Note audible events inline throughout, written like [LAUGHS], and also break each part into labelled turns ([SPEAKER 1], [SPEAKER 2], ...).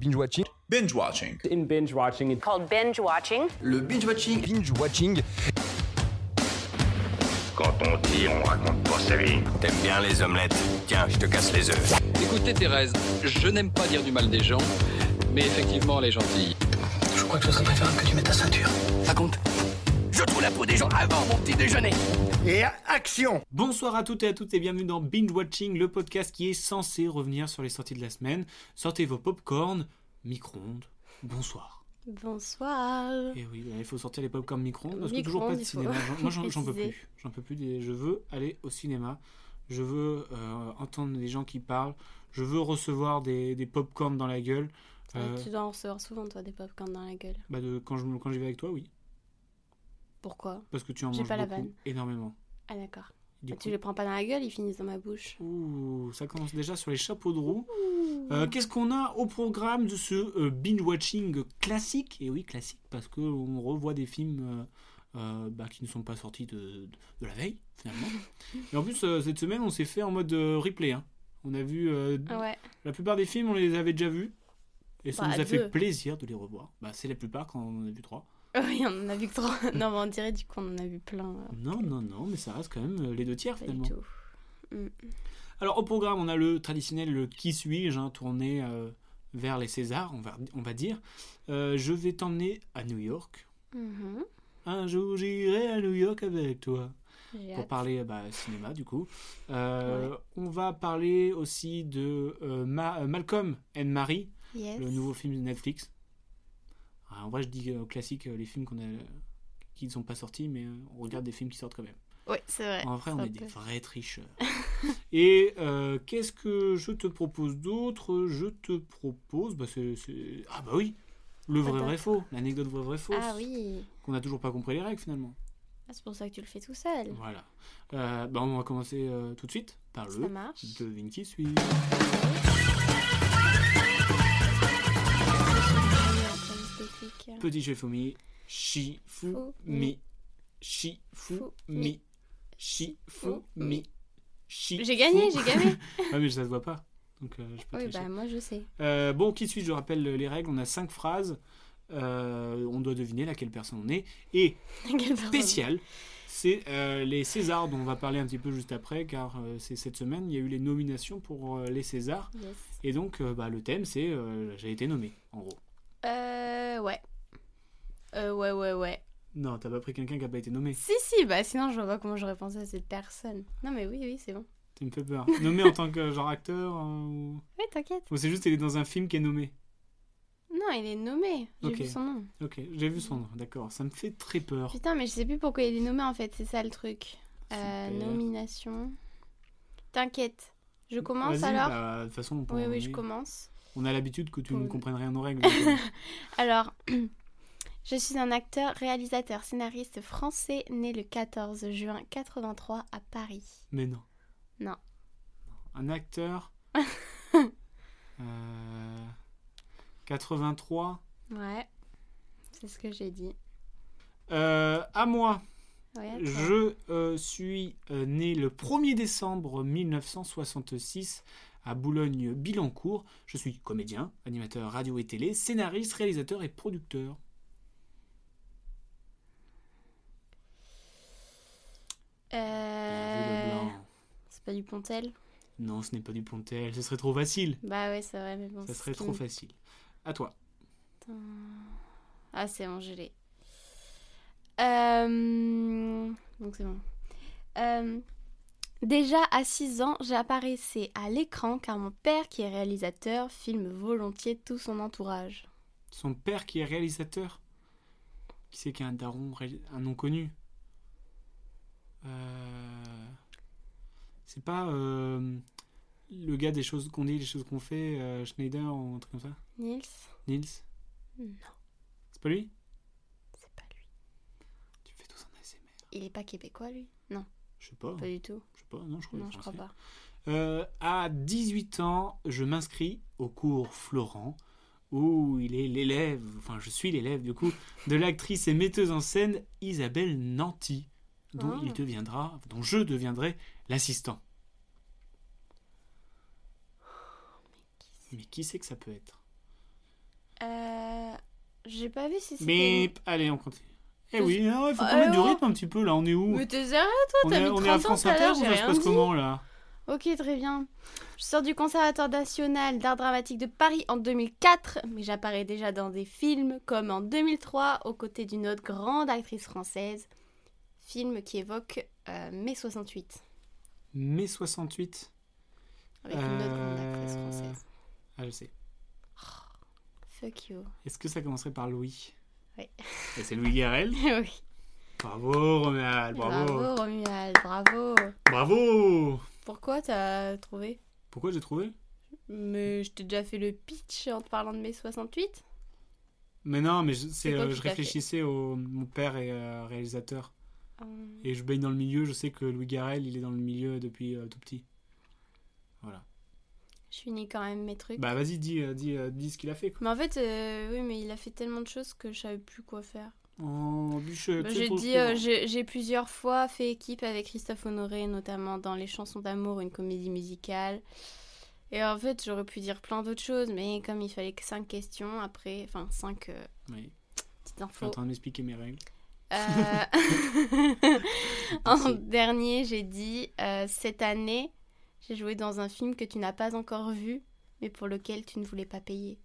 [SPEAKER 1] Binge watching.
[SPEAKER 2] Binge watching.
[SPEAKER 3] In binge watching, it's
[SPEAKER 4] called binge watching.
[SPEAKER 2] Le binge watching.
[SPEAKER 1] Binge watching.
[SPEAKER 5] Quand on dit, on raconte pas sa vie. T'aimes bien les omelettes Tiens, je te casse les œufs.
[SPEAKER 6] Écoutez Thérèse, je n'aime pas dire du mal des gens, mais effectivement elle est gentille.
[SPEAKER 7] Je crois que ce serait préférable que tu mettes ta ceinture.
[SPEAKER 8] Raconte. Je trouve la peau des gens avant mon petit déjeuner.
[SPEAKER 9] Et action
[SPEAKER 10] Bonsoir à toutes et à toutes et bienvenue dans Binge Watching, le podcast qui est censé revenir sur les sorties de la semaine. Sortez vos popcorn, micro-ondes. Bonsoir.
[SPEAKER 11] Bonsoir.
[SPEAKER 10] Et oui, il faut sortir les popcorn micro-ondes parce que
[SPEAKER 11] Micro-ondes,
[SPEAKER 10] toujours pas de
[SPEAKER 11] il faut
[SPEAKER 10] cinéma. Moi
[SPEAKER 11] [LAUGHS]
[SPEAKER 10] j'en- j'en peux
[SPEAKER 11] préciser.
[SPEAKER 10] plus. J'en peux plus. des- Je veux aller au cinéma. Je veux euh, entendre des gens qui parlent. Je veux recevoir des, des popcorn dans la gueule. Euh,
[SPEAKER 11] Tu dois en recevoir souvent, toi, des popcorn dans la gueule.
[SPEAKER 10] bah de, quand je me- quand j'y vais avec toi, oui.
[SPEAKER 11] Pourquoi
[SPEAKER 10] Parce que tu en
[SPEAKER 11] J'ai
[SPEAKER 10] manges
[SPEAKER 11] pas la
[SPEAKER 10] beaucoup,
[SPEAKER 11] vanne.
[SPEAKER 10] énormément.
[SPEAKER 11] Ah, d'accord.
[SPEAKER 10] Du
[SPEAKER 11] Bah, Tu les prends pas dans la gueule, ils finissent dans ma bouche.
[SPEAKER 10] Ouh, ça commence déjà sur les chapeaux de roue. Euh, Qu'est-ce qu'on a au programme de ce euh, binge-watching classique Et oui, classique, parce qu'on revoit des films euh, euh, bah, qui ne sont pas sortis de, de- de la veille,
[SPEAKER 11] [LAUGHS]
[SPEAKER 10] finalement. Et en plus, euh, cette semaine, on s'est fait en mode euh, replay. hein. On a vu. euh,
[SPEAKER 11] Ah ouais.
[SPEAKER 10] La plupart des films, on les avait déjà vus. Et ça
[SPEAKER 11] Bah,
[SPEAKER 10] nous a
[SPEAKER 11] deux.
[SPEAKER 10] fait plaisir de les revoir. Bah, C'est la plupart quand on en a vu trois.
[SPEAKER 11] [LAUGHS] Oui, on en a vu que trois. [LAUGHS] non, mais on dirait du coup, on en a vu plein. alors,
[SPEAKER 10] Non, non, non, mais ça reste quand même euh, les deux tiers,
[SPEAKER 11] Pas du
[SPEAKER 10] finalement.
[SPEAKER 11] tout. Mm.
[SPEAKER 10] Alors au programme, on a le traditionnel le qui suis-je, hein, tourné euh, vers les Césars, on va, on va dire. Euh, je vais t'emmener à New York.
[SPEAKER 11] Mhm.
[SPEAKER 10] Un jour j'irai à New York avec toi.
[SPEAKER 11] J'ai
[SPEAKER 10] Pour
[SPEAKER 11] hâte.
[SPEAKER 10] parler bah, cinéma du coup. Euh, On va parler aussi de euh, Ma- euh, Malcolm and Marie,
[SPEAKER 11] Yes.
[SPEAKER 10] le nouveau film de Netflix. Ah, en vrai je dis euh, classique euh, les films qu'on a, qui ne sont pas sortis mais euh, on regarde des films qui sortent quand même.
[SPEAKER 11] Oui, c'est vrai.
[SPEAKER 10] En vrai,
[SPEAKER 11] ça
[SPEAKER 10] on est
[SPEAKER 11] peut.
[SPEAKER 10] des vrais
[SPEAKER 11] [LAUGHS]
[SPEAKER 10] tricheurs. Et euh, qu'est-ce que je te propose d'autre Je te propose. bah, c'est- c'est- Ah, bah oui Le vrai,
[SPEAKER 11] Patate.
[SPEAKER 10] vrai, faux. L'anecdote vrai, vrai, fausse.
[SPEAKER 11] Ah oui.
[SPEAKER 10] Qu'on n'a toujours pas compris les règles finalement.
[SPEAKER 11] Ah, c'est pour ça que tu le fais tout seul.
[SPEAKER 10] Voilà. Euh, bah, on va commencer euh, tout de suite par
[SPEAKER 11] Ça
[SPEAKER 10] le.
[SPEAKER 11] marche.
[SPEAKER 10] Devine qui suis
[SPEAKER 11] Ah
[SPEAKER 10] Petit Shifumi. Shifumi. Shifumi. Shifumi. Shifumi.
[SPEAKER 11] J'ai gagné, j'ai gagné.
[SPEAKER 10] [LAUGHS] Ah mais ça se voit pas. Donc euh, je peux
[SPEAKER 11] oui,
[SPEAKER 10] tricher.
[SPEAKER 11] bah moi je sais.
[SPEAKER 10] Euh, bon, qui suit Je rappelle les règles. On a cinq phrases. Euh, on doit deviner laquelle personne on est. Et
[SPEAKER 11] [LAUGHS] Quelle personne.
[SPEAKER 10] spécial, c'est euh, les Césars dont on va parler un petit peu juste après, car euh, c'est cette semaine, il y a eu les nominations pour euh, les Césars.
[SPEAKER 11] Yes.
[SPEAKER 10] Et donc, euh, bah, le thème, c'est euh, J'ai été nommé, en gros.
[SPEAKER 11] Euh, ouais. Euh, ouais, ouais, ouais.
[SPEAKER 10] Non, t'as pas pris quelqu'un qui a pas été nommé.
[SPEAKER 11] Si, si, bah sinon je vois pas comment j'aurais pensé à cette personne. Non, mais oui, oui, c'est bon.
[SPEAKER 10] Tu me fais peur. nommé en tant que genre acteur euh, ou...
[SPEAKER 11] Ouais, t'inquiète.
[SPEAKER 10] ou c'est juste il est dans un film qui est nommé
[SPEAKER 11] Non, il est nommé. J'ai
[SPEAKER 10] Ok. Oh.
[SPEAKER 11] vu son nom.
[SPEAKER 10] Ok, j'ai vu son nom, d'accord. Ça me fait très peur.
[SPEAKER 11] Putain, mais je sais plus pourquoi il est nommé en fait, c'est ça le truc. Euh,
[SPEAKER 10] Super.
[SPEAKER 11] nomination. T'inquiète. Je commence
[SPEAKER 10] Vas-y,
[SPEAKER 11] alors
[SPEAKER 10] bah, De toute façon, on pourra
[SPEAKER 11] Oui, oui, je
[SPEAKER 10] nommer.
[SPEAKER 11] commence.
[SPEAKER 10] On a l'habitude que tu ne
[SPEAKER 11] Oui.
[SPEAKER 10] comprennes rien aux règles. donc, euh,
[SPEAKER 11] Alors, [CLEARS THROAT] je suis un acteur, réalisateur, scénariste français né le 14 juin 83 à Paris.
[SPEAKER 10] Mais non.
[SPEAKER 11] Non.
[SPEAKER 10] Un
[SPEAKER 11] [LAUGHS]
[SPEAKER 10] acteur. Euh, 83.
[SPEAKER 11] Ouais, c'est ce que j'ai dit.
[SPEAKER 10] Euh, à moi.
[SPEAKER 11] Ouais, à toi.
[SPEAKER 10] Je euh, suis euh, né le 1er décembre 1966 à Boulogne-Billancourt. Je suis comédien, animateur radio et télé, scénariste, réalisateur et producteur.
[SPEAKER 11] Euh,
[SPEAKER 10] Vu le blanc.
[SPEAKER 11] C'est pas du Pontel
[SPEAKER 10] Non, ce n'est pas du Pontel, ce serait trop facile.
[SPEAKER 11] Bah ouais, c'est vrai, mais bon.
[SPEAKER 10] Ça
[SPEAKER 11] c'est
[SPEAKER 10] serait
[SPEAKER 11] ce qui
[SPEAKER 10] trop
[SPEAKER 11] me-
[SPEAKER 10] facile. À toi.
[SPEAKER 11] Ah, c'est bon, je l'ai. Euh, Donc c'est bon. Euh, Déjà à 6 ans, j'apparaissais à l'écran car mon père, qui est réalisateur, filme volontiers tout son entourage.
[SPEAKER 10] Son père qui est réalisateur. Qui c'est qui a un daron, ré- un nom connu Euh, C'est pas euh, le gars des choses qu'on dit, les choses qu'on fait, euh, Schneider ou un truc comme ça
[SPEAKER 11] Nils
[SPEAKER 10] Nils
[SPEAKER 11] Non.
[SPEAKER 10] C'est pas lui
[SPEAKER 11] C'est pas lui.
[SPEAKER 10] Tu me fais tous un ASMR.
[SPEAKER 11] Il est pas québécois, lui Non,
[SPEAKER 10] E. Je sais pas,
[SPEAKER 11] pas du tout.
[SPEAKER 10] je sais pas, non, je crois.
[SPEAKER 11] Non,
[SPEAKER 10] qu'il
[SPEAKER 11] je
[SPEAKER 10] est
[SPEAKER 11] crois
[SPEAKER 10] français.
[SPEAKER 11] pas.
[SPEAKER 10] Euh, à 18 ans, je m'inscris au cours Florent, où il est l'élève, enfin je suis l'élève du coup, de l'actrice et metteuse en scène Isabelle Nanty, dont
[SPEAKER 11] Ah.
[SPEAKER 10] il deviendra, dont je deviendrai l'assistant. Mais qui c'est que ça peut être
[SPEAKER 11] Euh, J'ai pas vu si c'était.
[SPEAKER 10] Mais allez, on continue. Eh
[SPEAKER 11] Parce-
[SPEAKER 10] oui, il faut qu'on
[SPEAKER 11] Ah,
[SPEAKER 10] mette du
[SPEAKER 11] ouais.
[SPEAKER 10] rythme un petit peu là, on est où
[SPEAKER 11] Mais t'es sérieux,
[SPEAKER 10] On
[SPEAKER 11] toi T'as
[SPEAKER 10] est,
[SPEAKER 11] mis
[SPEAKER 10] on
[SPEAKER 11] 30
[SPEAKER 10] est à
[SPEAKER 11] ans
[SPEAKER 10] France
[SPEAKER 11] tout à
[SPEAKER 10] Inter
[SPEAKER 11] l'heure,
[SPEAKER 10] ou
[SPEAKER 11] j'ai
[SPEAKER 10] ça se
[SPEAKER 11] rien
[SPEAKER 10] passe
[SPEAKER 11] dit.
[SPEAKER 10] comment là
[SPEAKER 11] Ok, très bien. Je sors du Conservatoire national d'art dramatique de Paris en 2004, mais j'apparais déjà dans des films comme en 2003 aux côtés d'une autre grande actrice française, film qui évoque euh, mai 68
[SPEAKER 10] Mai 68.
[SPEAKER 11] avec une autre grande actrice
[SPEAKER 10] Euh,
[SPEAKER 11] française.
[SPEAKER 10] Ah, je sais.
[SPEAKER 11] Fuck
[SPEAKER 10] [LAUGHS]
[SPEAKER 11] you.
[SPEAKER 10] Est-ce que ça commencerait par Louis
[SPEAKER 11] Oui.
[SPEAKER 10] Et c'est Louis Garrel.
[SPEAKER 11] oui.
[SPEAKER 10] Bravo, Romuald, bravo.
[SPEAKER 11] Bravo Romuald, bravo.
[SPEAKER 10] Bravo.
[SPEAKER 11] Pourquoi t'as trouvé
[SPEAKER 10] Pourquoi j'ai trouvé
[SPEAKER 11] Mais je t'ai déjà fait le pitch en te parlant de mai 68
[SPEAKER 10] Mais non, mais je, c'est,
[SPEAKER 11] quoi
[SPEAKER 10] euh,
[SPEAKER 11] qui
[SPEAKER 10] je
[SPEAKER 11] t'a fait
[SPEAKER 10] réfléchissais au. Mon père est euh, réalisateur.
[SPEAKER 11] Hum,
[SPEAKER 10] Et je baigne dans le milieu, je sais que Louis Garrel, il est dans le milieu depuis euh, tout petit. Voilà.
[SPEAKER 11] Je finis quand même mes trucs.
[SPEAKER 10] Bah vas-y, dis, euh, dis, euh, dis ce qu'il a fait. quoi.
[SPEAKER 11] Mais en fait, euh, oui, mais il a fait tellement de choses que je savais plus quoi faire.
[SPEAKER 10] Oh, bûcheux.
[SPEAKER 11] Bah,
[SPEAKER 10] tu
[SPEAKER 11] J'ai
[SPEAKER 10] trouves
[SPEAKER 11] dit,
[SPEAKER 10] que-
[SPEAKER 11] euh, j'ai j'ai plusieurs fois fait équipe avec Christophe Honoré, notamment dans Les chansons d'amour, une comédie musicale. Et en fait, j'aurais pu dire plein d'autres choses, mais comme il fallait que 5 questions, après, enfin 5
[SPEAKER 10] Oui,
[SPEAKER 11] petites
[SPEAKER 10] je suis en
[SPEAKER 11] infos.
[SPEAKER 10] train de m'expliquer mes règles. [LAUGHS]
[SPEAKER 11] Euh, en
[SPEAKER 10] Merci.
[SPEAKER 11] dernier, j'ai dit, euh, cette année, j'ai joué dans un film que tu n'as pas encore vu, mais pour lequel tu ne voulais pas payer.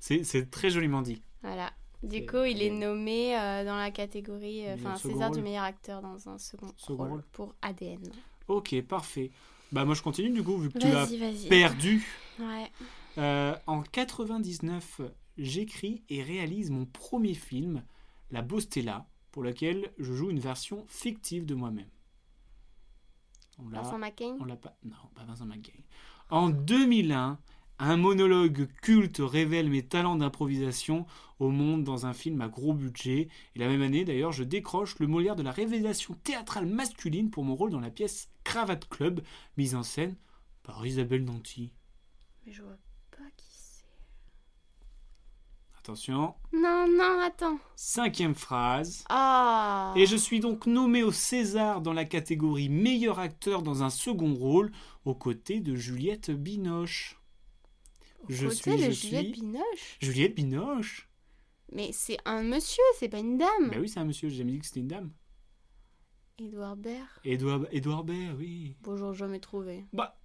[SPEAKER 10] C'est, c'est très joliment dit.
[SPEAKER 11] Voilà. Du
[SPEAKER 10] C'est-
[SPEAKER 11] coup, il est
[SPEAKER 10] mais-
[SPEAKER 11] nommé euh, dans la catégorie, euh,
[SPEAKER 10] Meilleur
[SPEAKER 11] enfin
[SPEAKER 10] second
[SPEAKER 11] César du
[SPEAKER 10] rôle.
[SPEAKER 11] meilleur acteur dans un second,
[SPEAKER 10] Second
[SPEAKER 11] rôle
[SPEAKER 10] rôle.
[SPEAKER 11] pour ADN.
[SPEAKER 10] Ok, parfait. Bah moi je continue du coup, vu que tu as
[SPEAKER 11] Vas-y, vas-y.
[SPEAKER 10] perdu.
[SPEAKER 11] Ouais.
[SPEAKER 10] Euh, en 99, j'écris et réalise mon premier film, La Bostella, pour lequel je joue une version fictive de moi-même. On l'a-
[SPEAKER 11] Vincent McCain.
[SPEAKER 10] On l'a pas. Non, pas Vincent McGay. En 2001, un monologue culte révèle mes talents d'improvisation au monde dans un film à gros budget. Et la même année, d'ailleurs, je décroche le Molière de la révélation théâtrale masculine pour mon rôle dans la pièce Cravate Club, mise en scène par Isabelle Nanty.
[SPEAKER 11] Mais je vois pas qui c'est.
[SPEAKER 10] Attention,
[SPEAKER 11] Non, non, attends.
[SPEAKER 10] cinquième phrase.
[SPEAKER 11] Ah.
[SPEAKER 10] Et je suis donc nommé au César dans la catégorie meilleur acteur dans un second rôle, aux côtés de Juliette Binoche. Je
[SPEAKER 11] Côté
[SPEAKER 10] suis, je
[SPEAKER 11] le Juliette
[SPEAKER 10] suis.
[SPEAKER 11] Binoche.
[SPEAKER 10] Juliette Binoche
[SPEAKER 11] Mais c'est un monsieur, c'est pas une dame.
[SPEAKER 10] Bah oui, c'est un monsieur, j'ai jamais dit que c'était une dame.
[SPEAKER 11] Edouard Baird.
[SPEAKER 10] Édouard, Édouard Baird, oui.
[SPEAKER 11] Bonjour, jamais trouvé.
[SPEAKER 10] Bah,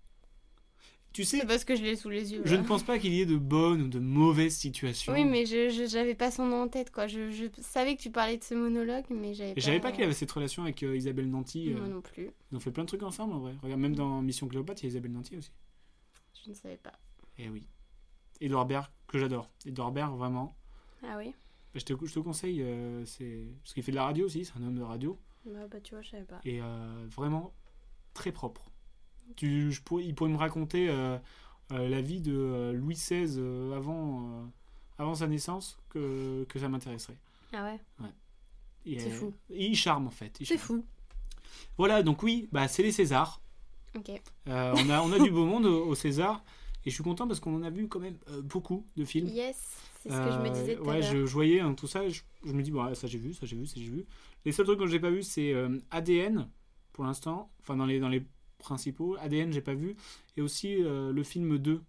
[SPEAKER 10] tu sais,
[SPEAKER 11] C'est parce que je l'ai sous les yeux.
[SPEAKER 10] je
[SPEAKER 11] là.
[SPEAKER 10] ne pense pas qu'il y ait de bonnes ou de mauvaises situations.
[SPEAKER 11] Oui, mais je je- j'avais pas son nom en tête, quoi. Je, je savais que tu parlais de ce monologue, mais j'avais
[SPEAKER 10] Et
[SPEAKER 11] pas.
[SPEAKER 10] je savais pas qu'il avait cette relation avec euh, Isabelle Nanty. euh,
[SPEAKER 11] Moi non plus.
[SPEAKER 10] ils ont fait plein de trucs ensemble, en vrai. Regarde, même dans Mission Cléopâtre, il y a Isabelle Nanty aussi.
[SPEAKER 11] Je ne savais pas.
[SPEAKER 10] Eh oui. Édouard Baird, que j'adore. Édouard Baird, vraiment.
[SPEAKER 11] Ah oui.
[SPEAKER 10] Bah, je, te, je te conseille, euh, c'est... parce qu'il fait de la radio aussi, c'est un homme de radio.
[SPEAKER 11] Bah, bah tu vois, je savais pas.
[SPEAKER 10] et euh, vraiment très propre. Tu, je pourrais- il pourrait me raconter euh, euh, la vie de euh, Louis XVI euh, avant, euh, avant sa naissance que, que ça m'intéresserait.
[SPEAKER 11] Ah ouais.
[SPEAKER 10] Et,
[SPEAKER 11] C'est
[SPEAKER 10] euh,
[SPEAKER 11] fou.
[SPEAKER 10] et il charme en fait. il
[SPEAKER 11] C'est
[SPEAKER 10] charme.
[SPEAKER 11] fou.
[SPEAKER 10] Voilà, donc oui, bah, c'est les Césars.
[SPEAKER 11] Ok.
[SPEAKER 10] Euh, on, a, on a du beau monde au, au César et je suis content parce qu'on en a vu quand même euh, beaucoup de films.
[SPEAKER 11] Yes, c'est ce que je me
[SPEAKER 10] Euh,
[SPEAKER 11] disais tout à
[SPEAKER 10] ouais,
[SPEAKER 11] l'heure.
[SPEAKER 10] je, je voyais hein, tout ça, et je, je me dis, bon, ah, ça j'ai vu, ça j'ai vu, ça j'ai vu. Les seuls trucs que j'ai pas vu, c'est euh, ADN, pour l'instant, enfin dans les, dans les principaux. ADN, j'ai pas vu. Et aussi euh, le film 2.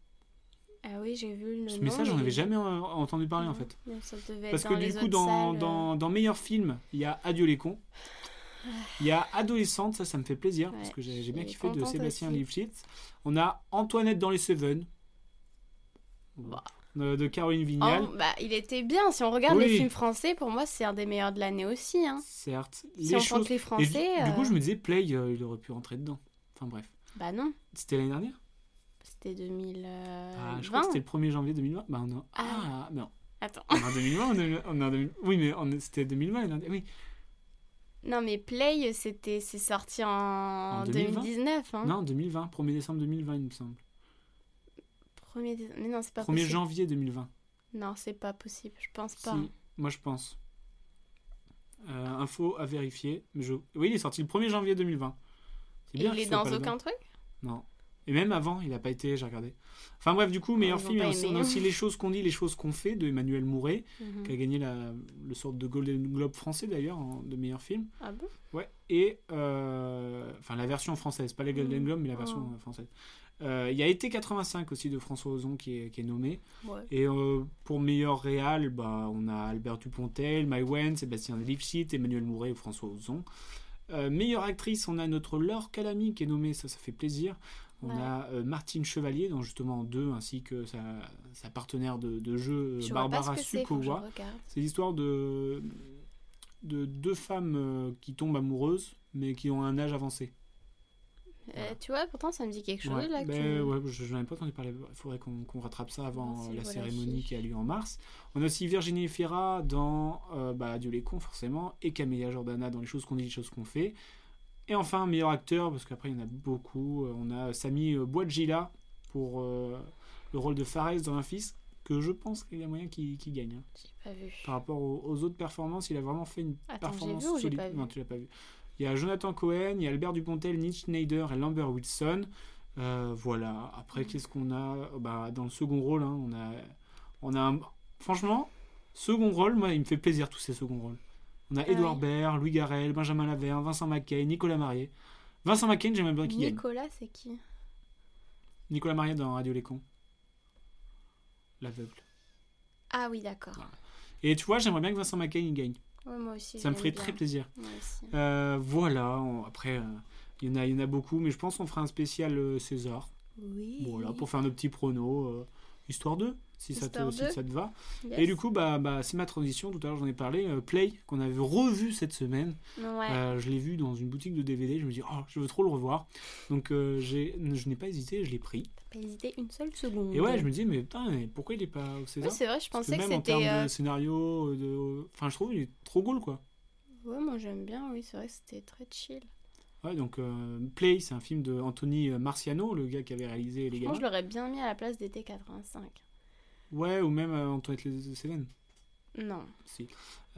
[SPEAKER 11] Ah oui, j'ai vu le
[SPEAKER 10] Ce
[SPEAKER 11] nom.
[SPEAKER 10] message, j'en
[SPEAKER 11] mais-
[SPEAKER 10] avais jamais euh, entendu parler en
[SPEAKER 11] Non,
[SPEAKER 10] fait.
[SPEAKER 11] mais Ça devait
[SPEAKER 10] Parce
[SPEAKER 11] être
[SPEAKER 10] que
[SPEAKER 11] dans les
[SPEAKER 10] du coup,
[SPEAKER 11] autres
[SPEAKER 10] dans,
[SPEAKER 11] salles, euh,
[SPEAKER 10] dans, dans Meilleur Film, il y a Adieu les cons. Il y a Adolescente, ça, ça me fait plaisir, parce
[SPEAKER 11] Ouais,
[SPEAKER 10] que j'ai j'ai bien
[SPEAKER 11] je suis
[SPEAKER 10] kiffé de
[SPEAKER 11] contente
[SPEAKER 10] Sébastien
[SPEAKER 11] aussi.
[SPEAKER 10] Lifshitz. On a Antoinette dans les Seven.
[SPEAKER 11] Bah.
[SPEAKER 10] De, de Caroline
[SPEAKER 11] en-
[SPEAKER 10] Vignal.
[SPEAKER 11] bah, il était bien. Si on regarde les
[SPEAKER 10] Oui.
[SPEAKER 11] films français, pour moi, c'est un des meilleurs de l'année aussi. Hein.
[SPEAKER 10] Certes,
[SPEAKER 11] Si
[SPEAKER 10] les
[SPEAKER 11] on
[SPEAKER 10] choses
[SPEAKER 11] compte les
[SPEAKER 10] Et je-
[SPEAKER 11] français.
[SPEAKER 10] Du
[SPEAKER 11] euh,
[SPEAKER 10] coup, je me disais, Play, euh, il aurait pu rentrer dedans. Enfin bref.
[SPEAKER 11] Bah non,
[SPEAKER 10] C'était l'année dernière
[SPEAKER 11] c'était 2020.
[SPEAKER 10] Ah, Je crois que c'était le 1er janvier 2020. Bah, on est en-
[SPEAKER 11] Euh, Ah.
[SPEAKER 10] Ah, non.
[SPEAKER 11] Attends.
[SPEAKER 10] On est en 2020, on est- on est en 2000 Oui, mais on est- c'était 2020. l'année dernière. Oui.
[SPEAKER 11] Non, mais Play, c'était... c'est sorti en,
[SPEAKER 10] 2020?
[SPEAKER 11] 2019. Hein.
[SPEAKER 10] Non, 2020. 1er décembre 2020, il me semble.
[SPEAKER 11] Premier... dé- Mais non, c'est pas
[SPEAKER 10] 1er
[SPEAKER 11] possible.
[SPEAKER 10] janvier 2020.
[SPEAKER 11] Non, c'est pas possible. Je pense pas.
[SPEAKER 10] Si, Eh moi, je pense. Euh, info à vérifier. Mais je... Oui, il est sorti le 1er janvier 2020. C'est
[SPEAKER 11] Et
[SPEAKER 10] bien
[SPEAKER 11] il
[SPEAKER 10] qu'il
[SPEAKER 11] est
[SPEAKER 10] soit
[SPEAKER 11] dans
[SPEAKER 10] pas là-dedans.
[SPEAKER 11] aucun truc
[SPEAKER 10] Non. Et même avant, il n'a pas été, j'ai regardé. Enfin bref, du coup, meilleur
[SPEAKER 11] Ils ont
[SPEAKER 10] film,
[SPEAKER 11] pas
[SPEAKER 10] on a aussi-
[SPEAKER 11] aimé.
[SPEAKER 10] on a aussi Les choses qu'on dit, Les choses qu'on fait de Emmanuel Mouret, qui
[SPEAKER 11] Mhm.
[SPEAKER 10] a gagné la, le sorte de Golden Globe français d'ailleurs, en- de meilleur film.
[SPEAKER 11] Ah bon
[SPEAKER 10] Ouais, et. euh, Enfin, la version française, pas les Golden
[SPEAKER 11] Mhm.
[SPEAKER 10] Globe, mais la version
[SPEAKER 11] Oh.
[SPEAKER 10] euh, française. Euh, Il y a été 85 aussi de François Ozon qui est, qui est nommé.
[SPEAKER 11] Ouais.
[SPEAKER 10] Et euh, pour meilleur réal, bah, on a Albert Dupontel, Mai Wen, Sébastien Lipschitz, Emmanuel Mouret ou François Ozon. Euh, meilleure actrice, on a notre Laure Calamy qui est nommée, ça, ça fait plaisir. On
[SPEAKER 11] Ouais.
[SPEAKER 10] a euh, Martine Chevalier, dans justement en deux, ainsi que sa, sa partenaire de, de jeu,
[SPEAKER 11] Je vois pas ce
[SPEAKER 10] Euh, Barbara
[SPEAKER 11] que c'est quand je
[SPEAKER 10] Sukowa.
[SPEAKER 11] regarde.
[SPEAKER 10] C'est l'histoire de, de deux femmes euh, qui tombent amoureuses, mais qui ont un âge avancé.
[SPEAKER 11] Euh, tu vois, pourtant ça me dit quelque chose
[SPEAKER 10] Ouais,
[SPEAKER 11] là. que
[SPEAKER 10] ben,
[SPEAKER 11] tu-
[SPEAKER 10] ouais, je n'en avais pas entendu parler. Il faudrait qu'on qu'on rattrape ça avant
[SPEAKER 11] Non, si,
[SPEAKER 10] euh, la
[SPEAKER 11] voilà,
[SPEAKER 10] cérémonie
[SPEAKER 11] si.
[SPEAKER 10] qui a lieu en mars. On a aussi Virginie Efira dans euh, bah, Dieu les cons, forcément, et Camélia Jordana dans Les choses qu'on dit, les choses qu'on fait. Et enfin, meilleur acteur, parce qu'après, il y en a beaucoup. Euh, On a Sami euh, Bouadjila pour euh, le rôle de Fares dans Un fils, que je pense qu'il y a moyen qu'il qu'il gagne. hein.
[SPEAKER 11] J'ai pas vu.
[SPEAKER 10] Par rapport aux, aux autres performances, il a vraiment fait une
[SPEAKER 11] Attends,
[SPEAKER 10] performance
[SPEAKER 11] j'ai vu ou j'ai
[SPEAKER 10] solide.
[SPEAKER 11] pas vu
[SPEAKER 10] non, tu l'as pas vu. Il y a Jonathan Cohen, il y a Albert Dupontel, Nick Schneider et Lambert Wilson. Euh, voilà. Après, qu'est-ce qu'on a bah, Dans le second rôle, hein, on a, on a un- franchement, second rôle, moi, il me fait plaisir tous ces seconds rôles. On a
[SPEAKER 11] Ah
[SPEAKER 10] Edouard
[SPEAKER 11] oui.
[SPEAKER 10] Baird, Louis Garel, Benjamin Laverne, Vincent McCain, Nicolas Marié. Vincent McCain, j'aimerais bien qu'il gagne.
[SPEAKER 11] Nicolas, c'est qui
[SPEAKER 10] Nicolas Marié dans Radio Les Cons. L'aveugle.
[SPEAKER 11] Ah oui, d'accord.
[SPEAKER 10] Et tu vois, j'aimerais bien que Vincent McCain il gagne.
[SPEAKER 11] Ouais, moi aussi.
[SPEAKER 10] Ça me
[SPEAKER 11] j'aime
[SPEAKER 10] ferait
[SPEAKER 11] bien.
[SPEAKER 10] très plaisir.
[SPEAKER 11] Moi aussi.
[SPEAKER 10] Euh, voilà, on- après, euh, il y, en a- il y en a beaucoup, mais je pense qu'on fera un spécial euh, César.
[SPEAKER 11] Oui.
[SPEAKER 10] Voilà, pour faire nos petits pronos, euh, histoire 2, si, ça te,
[SPEAKER 11] Histoire
[SPEAKER 10] si
[SPEAKER 11] d'eux.
[SPEAKER 10] ça te va.
[SPEAKER 11] Yes.
[SPEAKER 10] Et du coup, bah, bah, c'est ma transition, tout à l'heure j'en ai parlé, euh, Play, qu'on avait revu cette semaine.
[SPEAKER 11] Ouais.
[SPEAKER 10] Euh, je l'ai vu dans une boutique de DVD, je me dis, oh, je veux trop le revoir. Donc euh, j'ai- je n'ai pas hésité, je l'ai pris.
[SPEAKER 11] T'as pas hésité une seule seconde.
[SPEAKER 10] Et ouais, je me dis, mais putain, mais pourquoi il n'est pas au César
[SPEAKER 11] Oui, c'est vrai, je
[SPEAKER 10] Parce
[SPEAKER 11] pensais que
[SPEAKER 10] même en termes
[SPEAKER 11] c'était. euh,
[SPEAKER 10] de scénario, euh, de... enfin je trouve il est trop cool quoi.
[SPEAKER 11] euh, Ouais, moi j'aime bien, oui, c'est vrai que c'était très chill.
[SPEAKER 10] Ouais, donc euh, Play, c'est un film de Anthony euh, Marciano, le gars qui avait réalisé Les
[SPEAKER 11] Je pense
[SPEAKER 10] Gamins.
[SPEAKER 11] que je l'aurais bien mis à la place d'été 85.
[SPEAKER 10] Ouais, ou même euh, Antoinette Les- Seven.
[SPEAKER 11] Non.
[SPEAKER 10] Si.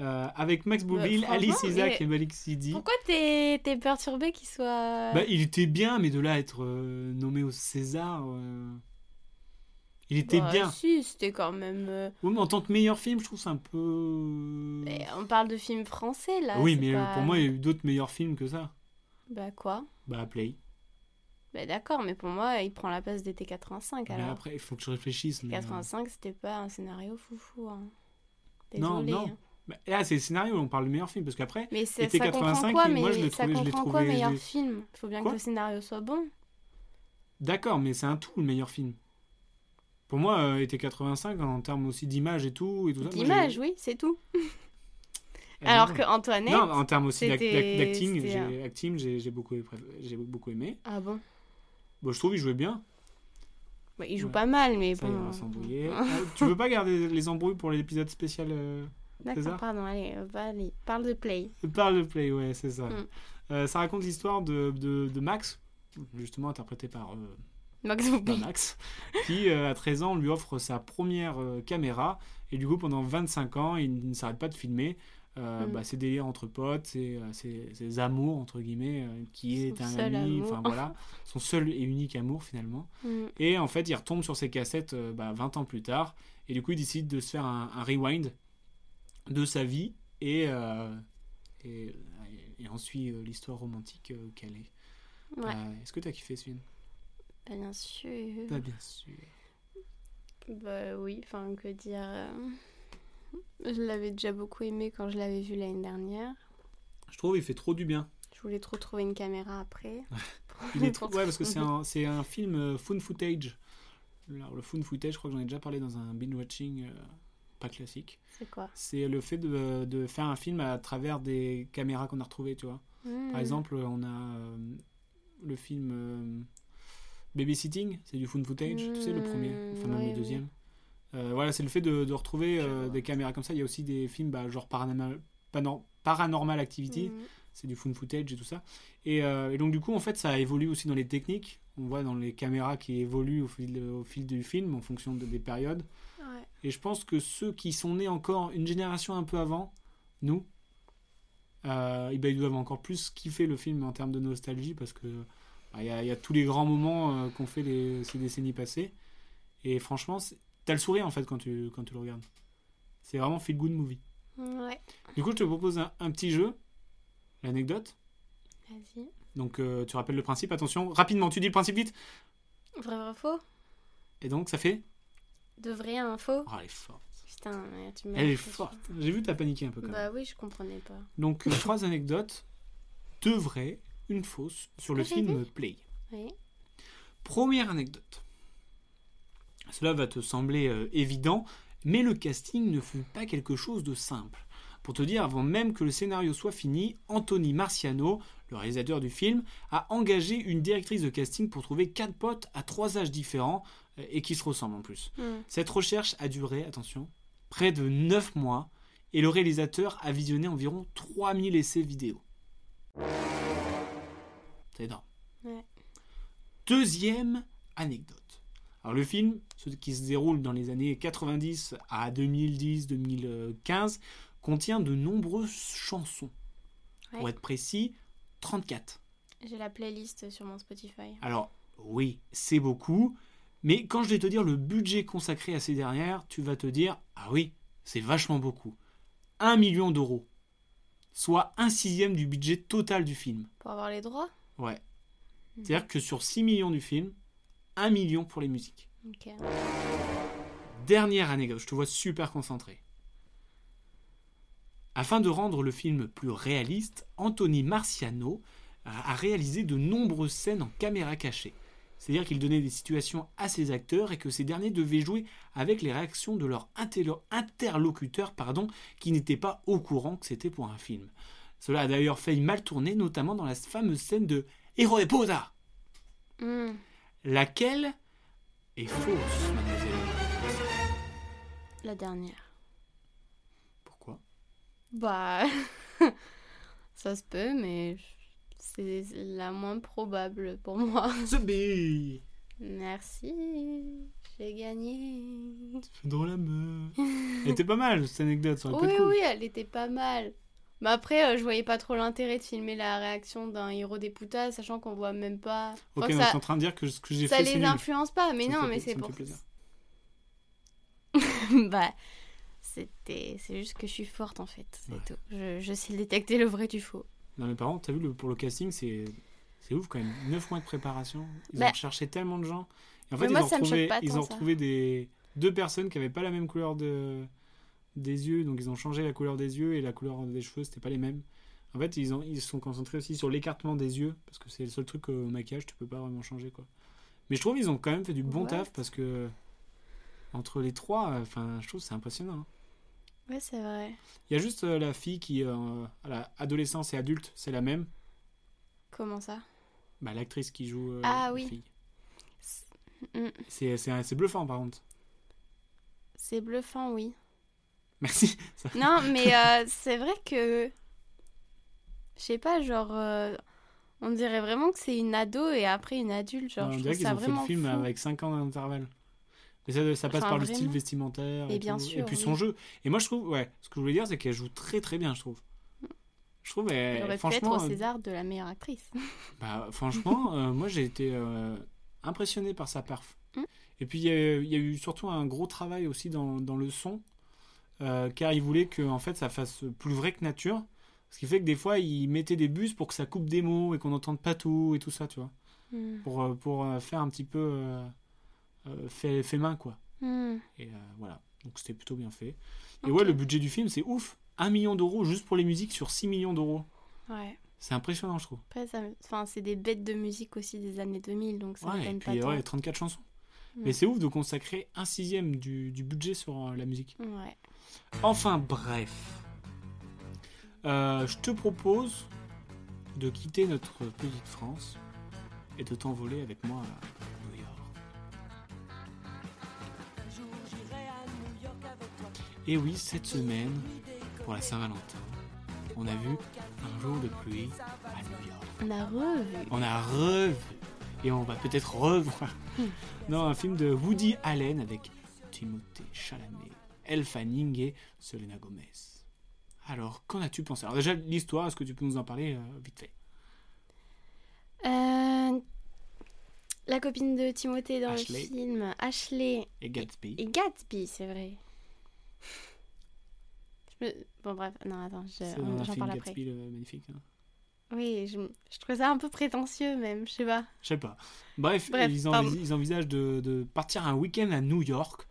[SPEAKER 10] Euh, avec Max Boublil,
[SPEAKER 11] franchement,
[SPEAKER 10] Alice
[SPEAKER 11] il
[SPEAKER 10] Isaac
[SPEAKER 11] est-
[SPEAKER 10] et Malik Sidi.
[SPEAKER 11] Pourquoi t'es t'es perturbé qu'il soit.
[SPEAKER 10] Bah, il était bien, mais de là à être euh, nommé au César. euh, Il était
[SPEAKER 11] Bah,
[SPEAKER 10] bien.
[SPEAKER 11] Si, c'était quand même. euh,
[SPEAKER 10] Oui, mais en tant que meilleur film, je trouve ça un peu.
[SPEAKER 11] eh, On parle de films français là.
[SPEAKER 10] oui,
[SPEAKER 11] c'est
[SPEAKER 10] mais euh,
[SPEAKER 11] pas-
[SPEAKER 10] pour moi, il y a eu d'autres meilleurs films que ça.
[SPEAKER 11] Bah quoi
[SPEAKER 10] Bah, Play.
[SPEAKER 11] Bah d'accord, mais pour moi, il prend la place d'été 85
[SPEAKER 10] Mais
[SPEAKER 11] alors.
[SPEAKER 10] après, il faut que je réfléchisse. mais, euh,
[SPEAKER 11] 85, c'était pas un scénario foufou. Hein.
[SPEAKER 10] Non,
[SPEAKER 11] Désolée,
[SPEAKER 10] non.
[SPEAKER 11] hein.
[SPEAKER 10] bah, là, c'est le scénario, on parle du meilleur film. Parce qu'après,
[SPEAKER 11] Mais ça,
[SPEAKER 10] Été
[SPEAKER 11] ça
[SPEAKER 10] 85,
[SPEAKER 11] comprend quoi,
[SPEAKER 10] il-
[SPEAKER 11] mais
[SPEAKER 10] moi, je l'ai
[SPEAKER 11] ça
[SPEAKER 10] trouvé- je l'ai
[SPEAKER 11] comprend quoi,
[SPEAKER 10] trouvé- je
[SPEAKER 11] meilleur
[SPEAKER 10] l'ai-
[SPEAKER 11] film Il faut bien
[SPEAKER 10] Quoi
[SPEAKER 11] que le scénario soit bon.
[SPEAKER 10] D'accord, mais c'est un tout le meilleur film. Pour moi, euh, était 85 en termes aussi d'image et tout. Et tout ça, moi, j'ai-
[SPEAKER 11] L'image, oui, c'est tout.
[SPEAKER 10] Elle est
[SPEAKER 11] Alors
[SPEAKER 10] bonne.
[SPEAKER 11] que Antoinette.
[SPEAKER 10] Non, en termes aussi d'ac-
[SPEAKER 11] c'était-
[SPEAKER 10] d'ac- d'acting,
[SPEAKER 11] c'était un-
[SPEAKER 10] j'ai- acting, j'ai j'ai beaucoup, j'ai beaucoup aimé.
[SPEAKER 11] Ah bon
[SPEAKER 10] Bon, je trouve qu'il jouait bien.
[SPEAKER 11] Bah, Il joue
[SPEAKER 10] Ouais.
[SPEAKER 11] pas mal, mais
[SPEAKER 10] Ça, il
[SPEAKER 11] bon.
[SPEAKER 10] va s'embrouiller. Euh, tu veux pas garder les embrouilles pour l'épisode spécial euh,
[SPEAKER 11] D'accord,
[SPEAKER 10] César
[SPEAKER 11] pardon, allez, euh, bah, allez, parle de Play.
[SPEAKER 10] Parle de Play, ouais, c'est ça.
[SPEAKER 11] Mm.
[SPEAKER 10] Euh, ça raconte l'histoire de, de, de Max, justement interprété par euh,
[SPEAKER 11] Max
[SPEAKER 10] [LAUGHS] d'un
[SPEAKER 11] Boublil.
[SPEAKER 10] Max, qui euh, à 13 ans lui offre sa première euh, caméra. Et du coup, pendant 25 ans, il ne s'arrête pas de filmer. Euh,
[SPEAKER 11] Mm.
[SPEAKER 10] bah, ses délires entre potes, ses, euh, ses- ses amours, entre guillemets, euh, qui est
[SPEAKER 11] Son
[SPEAKER 10] un
[SPEAKER 11] seul
[SPEAKER 10] ami,
[SPEAKER 11] amour.
[SPEAKER 10] enfin
[SPEAKER 11] [LAUGHS]
[SPEAKER 10] voilà, son seul et unique amour finalement.
[SPEAKER 11] Mm.
[SPEAKER 10] Et en fait, il retombe sur ses cassettes euh, bah, 20 ans plus tard, et du coup, il décide de se faire un, un rewind de sa vie, et, euh, et, et on suit euh, l'histoire romantique euh, qu'elle est.
[SPEAKER 11] Ouais.
[SPEAKER 10] Euh, Est-ce que tu as kiffé ce film
[SPEAKER 11] Bah, bien sûr.
[SPEAKER 10] Bah, Bien sûr.
[SPEAKER 11] Bah oui, enfin, que dire. euh, Je l'avais déjà beaucoup aimé quand je l'avais vu l'année dernière.
[SPEAKER 10] Je trouve il fait trop du bien.
[SPEAKER 11] Je voulais trop trouver une caméra après.
[SPEAKER 10] Il est
[SPEAKER 11] [LAUGHS]
[SPEAKER 10] trop- Ouais, parce que c'est un, c'est un film euh, found footage. Alors, le found footage, je crois que j'en ai déjà parlé dans un binge-watching euh, pas classique.
[SPEAKER 11] C'est quoi
[SPEAKER 10] C'est le fait de, de faire un film à travers des caméras qu'on a retrouvées, tu vois.
[SPEAKER 11] Mm.
[SPEAKER 10] Par exemple, on a euh, le film euh, Babysitting, c'est du found footage, tu sais, le premier,
[SPEAKER 11] Mm,
[SPEAKER 10] enfin même
[SPEAKER 11] oui,
[SPEAKER 10] le
[SPEAKER 11] oui.
[SPEAKER 10] deuxième. Euh, voilà, c'est le fait de, de retrouver
[SPEAKER 11] Je
[SPEAKER 10] euh,
[SPEAKER 11] vois.
[SPEAKER 10] des caméras comme ça. Il y a aussi des films bah, genre Paranormal, Panor- Paranormal Activity,
[SPEAKER 11] Mm.
[SPEAKER 10] c'est du fun footage et tout ça. Et, euh, et donc du coup, en fait, ça évolue aussi dans les techniques. On voit dans les caméras qui évoluent au fil, au fil du film en fonction de- des périodes.
[SPEAKER 11] Ouais.
[SPEAKER 10] Et je pense que ceux qui sont nés encore une génération un peu avant, nous, euh, eh ben, ils doivent encore plus kiffer le film en termes de nostalgie parce que Il y, a- il y a tous les grands moments euh, qu'ont fait les- ces décennies passées. Et franchement, c'est- t'as le sourire en fait quand tu, quand tu le regardes. C'est vraiment feel good movie.
[SPEAKER 11] Ouais,
[SPEAKER 10] Du coup, je te propose un, un petit jeu, l'anecdote.
[SPEAKER 11] vas-y.
[SPEAKER 10] Donc, euh, tu rappelles le principe. Attention, rapidement, tu dis le principe vite.
[SPEAKER 11] Vrai, vrai, faux
[SPEAKER 10] Et donc, ça fait.
[SPEAKER 11] De vrai à un faux
[SPEAKER 10] Oh, elle est forte.
[SPEAKER 11] Putain, mais tu m'as.
[SPEAKER 10] Elle est
[SPEAKER 11] fait
[SPEAKER 10] forte.
[SPEAKER 11] chier.
[SPEAKER 10] J'ai vu, t'as paniqué un peu quand même.
[SPEAKER 11] Bah oui, je comprenais pas.
[SPEAKER 10] Donc, euh, trois anecdotes deux vraies, une fausse, sur le
[SPEAKER 11] Ah, j'ai
[SPEAKER 10] film Play.
[SPEAKER 11] Oui.
[SPEAKER 10] Première anecdote. Cela va te sembler euh, évident, mais le casting ne fut pas quelque chose de simple. Pour te dire, avant même que le scénario soit fini, Anthony Marciano, le réalisateur du film, a engagé une directrice de casting pour trouver quatre potes à trois âges différents euh, et qui se ressemblent en plus.
[SPEAKER 11] Hmm.
[SPEAKER 10] Cette recherche a duré, attention, près de 9 mois et le réalisateur a visionné environ 3000 essais vidéo. C'est énorme.
[SPEAKER 11] Ouais.
[SPEAKER 10] Deuxième anecdote. Alors le film, ce qui se déroule dans les années 90 à 2010-2015, contient de nombreuses chansons. Pour
[SPEAKER 11] Ouais.
[SPEAKER 10] être précis, 34.
[SPEAKER 11] J'ai la playlist sur mon Spotify.
[SPEAKER 10] Alors, oui, c'est beaucoup, mais quand je vais te dire le budget consacré à ces dernières, tu vas te dire Ah oui, c'est vachement beaucoup. 1 million d'euros, soit un sixième du budget total du film.
[SPEAKER 11] Pour avoir les droits
[SPEAKER 10] Ouais.
[SPEAKER 11] Mhm.
[SPEAKER 10] C'est-à-dire que sur 6 millions du film, 1 million pour les musiques.
[SPEAKER 11] Ok.
[SPEAKER 10] Dernière anecdote, je te vois super concentré. Afin de rendre le film plus réaliste, Anthony Marciano a a réalisé de nombreuses scènes en caméra cachée. C'est-à-dire qu'il donnait des situations à ses acteurs et que ces derniers devaient jouer avec les réactions de leurs interlo- interlocuteurs pardon, qui n'étaient pas au courant que c'était pour un film. Cela a d'ailleurs failli mal tourner, notamment dans la fameuse scène de Héros de Posa
[SPEAKER 11] Hmm.
[SPEAKER 10] laquelle est fausse, mademoiselle.
[SPEAKER 11] La dernière.
[SPEAKER 10] Pourquoi
[SPEAKER 11] Bah. [LAUGHS] Ça se peut, mais c'est la moins probable pour moi. [LAUGHS]
[SPEAKER 10] The Bee
[SPEAKER 11] Merci. J'ai gagné.
[SPEAKER 10] Dans la
[SPEAKER 11] [LAUGHS]
[SPEAKER 10] meuf. Elle était pas mal cette anecdote, ça aurait pu
[SPEAKER 11] Oui,
[SPEAKER 10] être cool.
[SPEAKER 11] oui, elle était pas mal. Mais après, euh, je voyais pas trop l'intérêt de filmer la réaction d'un héros des poutas, sachant qu'on voit même pas.
[SPEAKER 10] Ok,
[SPEAKER 11] Enfin,
[SPEAKER 10] donc t'es en
[SPEAKER 11] ça
[SPEAKER 10] train de dire que ce que j'ai
[SPEAKER 11] ça
[SPEAKER 10] fait,
[SPEAKER 11] les
[SPEAKER 10] c'est nul.
[SPEAKER 11] influence pas, mais
[SPEAKER 10] Ça me
[SPEAKER 11] non,
[SPEAKER 10] fait-
[SPEAKER 11] mais
[SPEAKER 10] ça
[SPEAKER 11] c'est
[SPEAKER 10] me fait
[SPEAKER 11] pour.
[SPEAKER 10] plaisir.
[SPEAKER 11] [LAUGHS] bah, c'était. C'est juste que je suis forte en fait, c'est
[SPEAKER 10] Ouais.
[SPEAKER 11] tout. Je, je sais détecter le vrai du faux.
[SPEAKER 10] Non, mais par contre, t'as vu, le- pour le casting, c'est c'est ouf quand même. 9 mois de préparation. Ils
[SPEAKER 11] Bah.
[SPEAKER 10] ont cherché tellement de gens. Et en
[SPEAKER 11] Mais
[SPEAKER 10] fait,
[SPEAKER 11] moi,
[SPEAKER 10] ils ont
[SPEAKER 11] ça me choque
[SPEAKER 10] retrouvé,
[SPEAKER 11] pas
[SPEAKER 10] ils
[SPEAKER 11] tant,
[SPEAKER 10] ont
[SPEAKER 11] ça.
[SPEAKER 10] retrouvé des... deux personnes qui avaient pas la même couleur de... des yeux. Donc, ils ont changé la couleur des yeux et la couleur des cheveux, c'était pas les mêmes. En fait, ils, ont... ils se sont concentrés aussi sur l'écartement des yeux. Parce que c'est le seul truc euh, au maquillage, tu peux pas vraiment changer. quoi. Mais je trouve qu'ils ont quand même fait du bon
[SPEAKER 11] Ouais.
[SPEAKER 10] taf parce que. Entre les trois, euh, enfin, je trouve que c'est impressionnant. hein.
[SPEAKER 11] Ouais, c'est vrai.
[SPEAKER 10] Il y a juste euh, la fille qui, euh, à la adolescence et adulte, c'est la même.
[SPEAKER 11] Comment ça
[SPEAKER 10] Bah, l'actrice qui joue euh,
[SPEAKER 11] Ah
[SPEAKER 10] la
[SPEAKER 11] oui.
[SPEAKER 10] fille.
[SPEAKER 11] C'est- Mm.
[SPEAKER 10] C'est, c'est, c'est bluffant par contre. [LAUGHS]
[SPEAKER 11] C'est bluffant, oui.
[SPEAKER 10] Merci. Ça- [LAUGHS]
[SPEAKER 11] Non, mais euh, c'est vrai que. Je sais pas, genre. euh, on dirait vraiment que c'est une ado et après une adulte. Genre,
[SPEAKER 10] Ouais, on
[SPEAKER 11] je
[SPEAKER 10] dirait
[SPEAKER 11] trouve
[SPEAKER 10] qu'ils
[SPEAKER 11] ça
[SPEAKER 10] ont fait
[SPEAKER 11] vraiment.
[SPEAKER 10] le film
[SPEAKER 11] fou.
[SPEAKER 10] avec 5 ans d'intervalle. Mais ça, ça passe
[SPEAKER 11] Enfin,
[SPEAKER 10] par le style
[SPEAKER 11] vraiment.
[SPEAKER 10] vestimentaire.
[SPEAKER 11] Et bien
[SPEAKER 10] tout.
[SPEAKER 11] sûr,
[SPEAKER 10] Et puis son
[SPEAKER 11] oui.
[SPEAKER 10] jeu. Et moi, je trouve, ouais, ce que je voulais dire, c'est qu'elle joue très très bien, je trouve. Je trouve,
[SPEAKER 11] Elle
[SPEAKER 10] elle,
[SPEAKER 11] aurait pu être
[SPEAKER 10] franchement,
[SPEAKER 11] au
[SPEAKER 10] euh,
[SPEAKER 11] César de la meilleure actrice.
[SPEAKER 10] Bah, franchement, euh, moi j'ai été euh, impressionné par sa perf.
[SPEAKER 11] Mm.
[SPEAKER 10] Et puis il y, a- il y a eu surtout un gros travail aussi dans, dans le son, euh, car il voulait que en fait ça fasse plus vrai que nature. Ce qui fait que des fois il mettait des bus pour que ça coupe des mots et qu'on n'entende pas tout et tout ça, tu vois.
[SPEAKER 11] Hmm.
[SPEAKER 10] Pour, euh, pour euh, faire un petit peu euh, euh, fait, fait main quoi.
[SPEAKER 11] Hmm.
[SPEAKER 10] Et euh, voilà, donc c'était plutôt bien fait. Et ouais,
[SPEAKER 11] Ok.
[SPEAKER 10] le budget du film c'est ouf. 1 million d'euros juste pour les musiques sur 6 millions d'euros.
[SPEAKER 11] Ouais.
[SPEAKER 10] C'est impressionnant, je trouve.
[SPEAKER 11] Après, ça... me- enfin, c'est des bêtes de musique aussi des années 2000, donc ça me
[SPEAKER 10] Ouais, et
[SPEAKER 11] donne
[SPEAKER 10] puis
[SPEAKER 11] pas
[SPEAKER 10] ouais,
[SPEAKER 11] tant.
[SPEAKER 10] 34 chansons.
[SPEAKER 11] Ouais.
[SPEAKER 10] Mais c'est ouf de consacrer un sixième du, du budget sur euh, la musique.
[SPEAKER 11] Ouais.
[SPEAKER 10] Enfin bref, Euh, je te propose de quitter notre petite France et de t'envoler avec moi à New York. Et oui, cette semaine, pour la Saint-Valentin, on a vu un jour de pluie à New York.
[SPEAKER 11] On a revu.
[SPEAKER 10] On a revu et on va peut-être revoir
[SPEAKER 11] Hmm.
[SPEAKER 10] dans un film de Woody Allen avec Timothée Chalamet, Elle Fanning et Selena Gomez. Alors, qu'en as-tu pensé Alors déjà, l'histoire, est-ce que tu peux nous en parler euh, vite fait
[SPEAKER 11] Euh, la copine de Timothée dans
[SPEAKER 10] Ashley.
[SPEAKER 11] le film, Ashley
[SPEAKER 10] et Gatsby.
[SPEAKER 11] et Gatsby, c'est vrai. Je me- Bon, bref, non, attends, je-
[SPEAKER 10] C'est
[SPEAKER 11] on-
[SPEAKER 10] un
[SPEAKER 11] j'en
[SPEAKER 10] film
[SPEAKER 11] parle après.
[SPEAKER 10] Gatsby le magnifique. hein.
[SPEAKER 11] Oui, je, je trouvais ça un peu prétentieux, même, je sais pas.
[SPEAKER 10] Je sais pas. Bref,
[SPEAKER 11] Bref,
[SPEAKER 10] ils, envis-
[SPEAKER 11] pardon.
[SPEAKER 10] ils envisagent de, de partir un week-end à New York,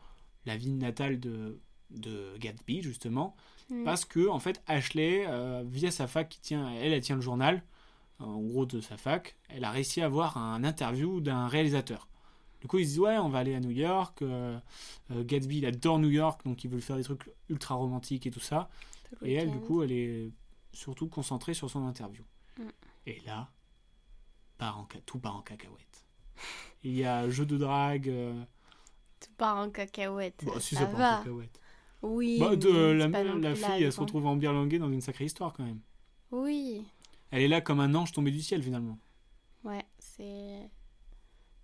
[SPEAKER 10] la ville natale de, de Gatsby, justement,
[SPEAKER 11] Mm.
[SPEAKER 10] parce que, en fait, Ashley, euh, via sa fac, qui tient, elle, elle tient le journal, euh, en gros de sa fac, elle a réussi à avoir un interview d'un réalisateur. Du coup, ils se disent, ouais, on va aller à New York. euh, euh, Gatsby, il adore New York, donc il veut faire des trucs ultra romantiques et tout ça.
[SPEAKER 11] Tout le
[SPEAKER 10] Et elle, du
[SPEAKER 11] week-end.
[SPEAKER 10] coup, elle est surtout concentrée sur son interview.
[SPEAKER 11] Mm.
[SPEAKER 10] Et là, part en ca- tout part en cacahuète. Il y a jeu de drague. euh,
[SPEAKER 11] Tout part en cacahuète.
[SPEAKER 10] Bon, Bah, si
[SPEAKER 11] ça
[SPEAKER 10] part en
[SPEAKER 11] va.
[SPEAKER 10] cacahuète.
[SPEAKER 11] Oui.
[SPEAKER 10] Bah, de,
[SPEAKER 11] mais
[SPEAKER 10] la
[SPEAKER 11] c'est pas non
[SPEAKER 10] la
[SPEAKER 11] plus
[SPEAKER 10] fille, elle se
[SPEAKER 11] grande-
[SPEAKER 10] retrouve embirlanguée dans une sacrée histoire quand même.
[SPEAKER 11] Oui.
[SPEAKER 10] Elle est là comme un ange tombé du ciel finalement.
[SPEAKER 11] Ouais, c'est.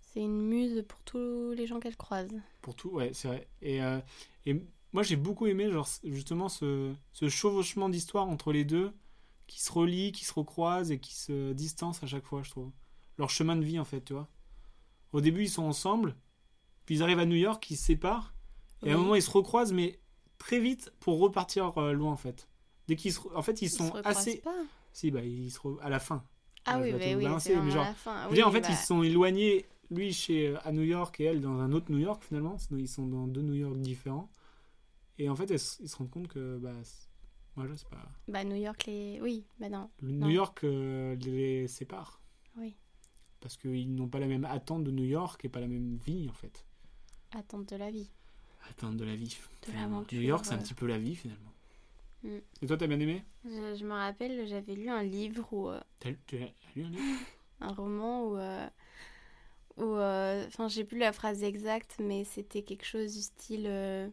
[SPEAKER 11] C'est une muse pour tous les gens qu'elle croise.
[SPEAKER 10] Pour tout, ouais, c'est vrai. Et, euh, et moi, j'ai beaucoup aimé genre, c- justement ce, ce chevauchement d'histoire entre les deux qui se relient, qui se recroisent et qui se distancent à chaque fois, je trouve. Leur chemin de vie, en fait, tu vois. Au début, ils sont ensemble, puis ils arrivent à New York, ils se séparent, et à un
[SPEAKER 11] Oui.
[SPEAKER 10] moment, ils se recroisent, mais très vite pour repartir euh, loin, en fait. Dès qu'ils se re- En fait, ils
[SPEAKER 11] Ils
[SPEAKER 10] sont
[SPEAKER 11] se recroisent
[SPEAKER 10] assez.
[SPEAKER 11] pas.
[SPEAKER 10] Si, bah, ils se re- à la fin.
[SPEAKER 11] Ah
[SPEAKER 10] Ouais,
[SPEAKER 11] oui,
[SPEAKER 10] je vais
[SPEAKER 11] bah
[SPEAKER 10] te le
[SPEAKER 11] oui,
[SPEAKER 10] balancer,
[SPEAKER 11] c'est
[SPEAKER 10] mais
[SPEAKER 11] vraiment
[SPEAKER 10] genre-
[SPEAKER 11] à la fin.
[SPEAKER 10] Je veux
[SPEAKER 11] Oui,
[SPEAKER 10] dire, en fait,
[SPEAKER 11] bah,
[SPEAKER 10] ils se sont éloignés, lui chez, euh, à New York et elle dans un autre New York finalement. Sinon, Ils sont dans deux New York différents. Et en fait, elles s- ils se rendent compte que, bah, c'est- moi je sais pas.
[SPEAKER 11] Bah, New York, les. Oui, bah non.
[SPEAKER 10] Le
[SPEAKER 11] Non.
[SPEAKER 10] New York euh, les sépare.
[SPEAKER 11] Oui.
[SPEAKER 10] Parce qu'ils n'ont pas la même attente de New York et pas la même vie en fait.
[SPEAKER 11] Attente de la vie.
[SPEAKER 10] Attente de la vie.
[SPEAKER 11] De
[SPEAKER 10] finalement.
[SPEAKER 11] l'aventure,
[SPEAKER 10] New York, c'est un
[SPEAKER 11] ouais.
[SPEAKER 10] petit peu la vie finalement.
[SPEAKER 11] Mm.
[SPEAKER 10] Et toi, t'as bien aimé
[SPEAKER 11] Je, je me rappelle, j'avais lu un livre ou euh,
[SPEAKER 10] T'as lu- Tu as lu un livre
[SPEAKER 11] un roman où. euh, où, euh, Enfin, j'ai plus la phrase exacte, mais c'était quelque chose du style. euh,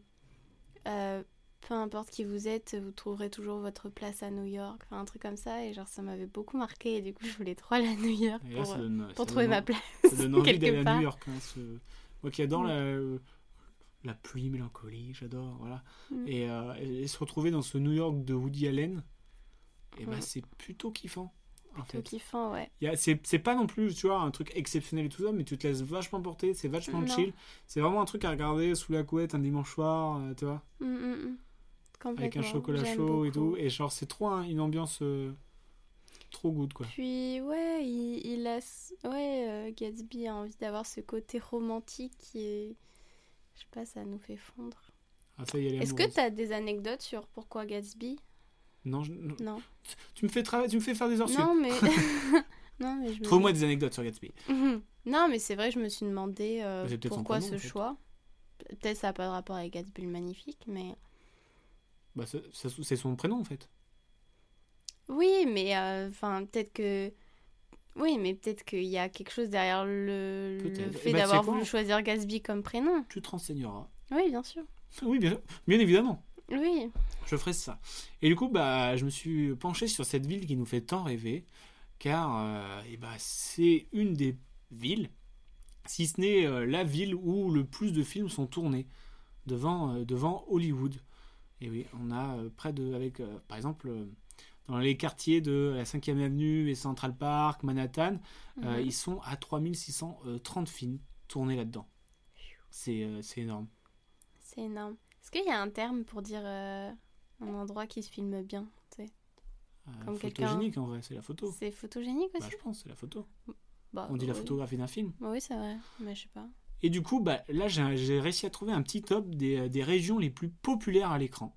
[SPEAKER 11] euh, peu importe qui vous êtes, vous trouverez toujours votre place à New York. Enfin, un truc comme ça. Et genre, ça m'avait beaucoup marqué. Et du coup, je voulais trop aller à New York
[SPEAKER 10] Et là,
[SPEAKER 11] pour,
[SPEAKER 10] ça
[SPEAKER 11] euh,
[SPEAKER 10] donne- ça
[SPEAKER 11] pour
[SPEAKER 10] donne
[SPEAKER 11] trouver ma
[SPEAKER 10] envie.
[SPEAKER 11] place.
[SPEAKER 10] Ça donne envie d'aller
[SPEAKER 11] quelque
[SPEAKER 10] à
[SPEAKER 11] part. Mm.
[SPEAKER 10] New York. hein, ce- Moi qui adore la, euh, la pluie mélancolie, j'adore. Voilà.
[SPEAKER 11] Mm.
[SPEAKER 10] Et, euh, et- et se retrouver dans ce New York de Woody Allen, et ben,
[SPEAKER 11] Ouais.
[SPEAKER 10] c'est plutôt kiffant. En
[SPEAKER 11] Tout
[SPEAKER 10] fait.
[SPEAKER 11] kiffant, ouais.
[SPEAKER 10] Il y a- C'est c'est pas non plus tu vois, un truc exceptionnel et tout ça, mais tu te laisses vachement porter, c'est vachement
[SPEAKER 11] Non.
[SPEAKER 10] chill. C'est vraiment un truc à regarder sous la couette un dimanche soir, euh, tu vois,
[SPEAKER 11] Mm, mm, mm.
[SPEAKER 10] avec un
[SPEAKER 11] Complètement.
[SPEAKER 10] chocolat
[SPEAKER 11] J'aime
[SPEAKER 10] chaud et
[SPEAKER 11] beaucoup.
[SPEAKER 10] tout. Et genre, c'est trop un- une ambiance euh, trop good quoi.
[SPEAKER 11] Puis ouais, il, il a, s- ouais, euh, Gatsby a envie d'avoir ce côté romantique qui est, je sais pas, ça nous fait fondre.
[SPEAKER 10] Ah, ça, il y a les
[SPEAKER 11] Est-ce que
[SPEAKER 10] amoureuses.
[SPEAKER 11] t'as des anecdotes sur pourquoi Gatsby
[SPEAKER 10] Non, je- non.
[SPEAKER 11] Non.
[SPEAKER 10] Tu, me fais trava- tu me fais faire des heures sup.
[SPEAKER 11] Non
[SPEAKER 10] [LAUGHS]
[SPEAKER 11] mais, [LAUGHS] non mais je. me-
[SPEAKER 10] Trouve-moi des anecdotes sur Gatsby.
[SPEAKER 11] [LAUGHS] non mais c'est vrai, je me suis demandé euh,
[SPEAKER 10] Mais c'est peut-être son
[SPEAKER 11] pourquoi
[SPEAKER 10] prénom,
[SPEAKER 11] ce
[SPEAKER 10] en fait.
[SPEAKER 11] choix. Pe- Peut-être ça n'a pas de rapport avec Gatsby le magnifique, mais
[SPEAKER 10] Bah, ça- ça- c'est son prénom en fait.
[SPEAKER 11] oui, mais euh, enfin peut-être que. Oui, mais peut-être qu'il y a quelque chose derrière le, le
[SPEAKER 10] Peut-être. Eh ben,
[SPEAKER 11] fait
[SPEAKER 10] tu sais
[SPEAKER 11] d'avoir
[SPEAKER 10] quoi
[SPEAKER 11] voulu choisir Gatsby comme prénom.
[SPEAKER 10] Tu te renseigneras.
[SPEAKER 11] Oui, bien sûr.
[SPEAKER 10] [LAUGHS] Oui, bien, bien évidemment.
[SPEAKER 11] Oui.
[SPEAKER 10] Je ferai ça. Et du coup, bah, je me suis penché sur cette ville qui nous fait tant rêver, car euh, eh ben, c'est une des villes, si ce n'est euh, la ville où le plus de films sont tournés devant, euh, devant Hollywood. Et oui, on a euh, près de, avec, euh, par exemple, euh, dans les quartiers de la 5e Avenue et Central Park, Manhattan, euh,
[SPEAKER 11] Mhm.
[SPEAKER 10] ils sont à 3630 films tournés là-dedans. C'est euh, c'est énorme.
[SPEAKER 11] C'est énorme. Est-ce qu'il y a un terme pour dire euh, un endroit qui se filme bien tu sais
[SPEAKER 10] Euh,
[SPEAKER 11] Comme quelqu'un-
[SPEAKER 10] photogénique en vrai, c'est la photo.
[SPEAKER 11] C'est photogénique
[SPEAKER 10] Bah,
[SPEAKER 11] aussi
[SPEAKER 10] je pense, c'est la photo.
[SPEAKER 11] Bah,
[SPEAKER 10] On dit la
[SPEAKER 11] oui.
[SPEAKER 10] photographie d'un film.
[SPEAKER 11] Bah oui, c'est vrai, mais je sais pas.
[SPEAKER 10] Et du coup, bah, là, j'ai j'ai réussi à trouver un petit top des, des régions les plus populaires à l'écran,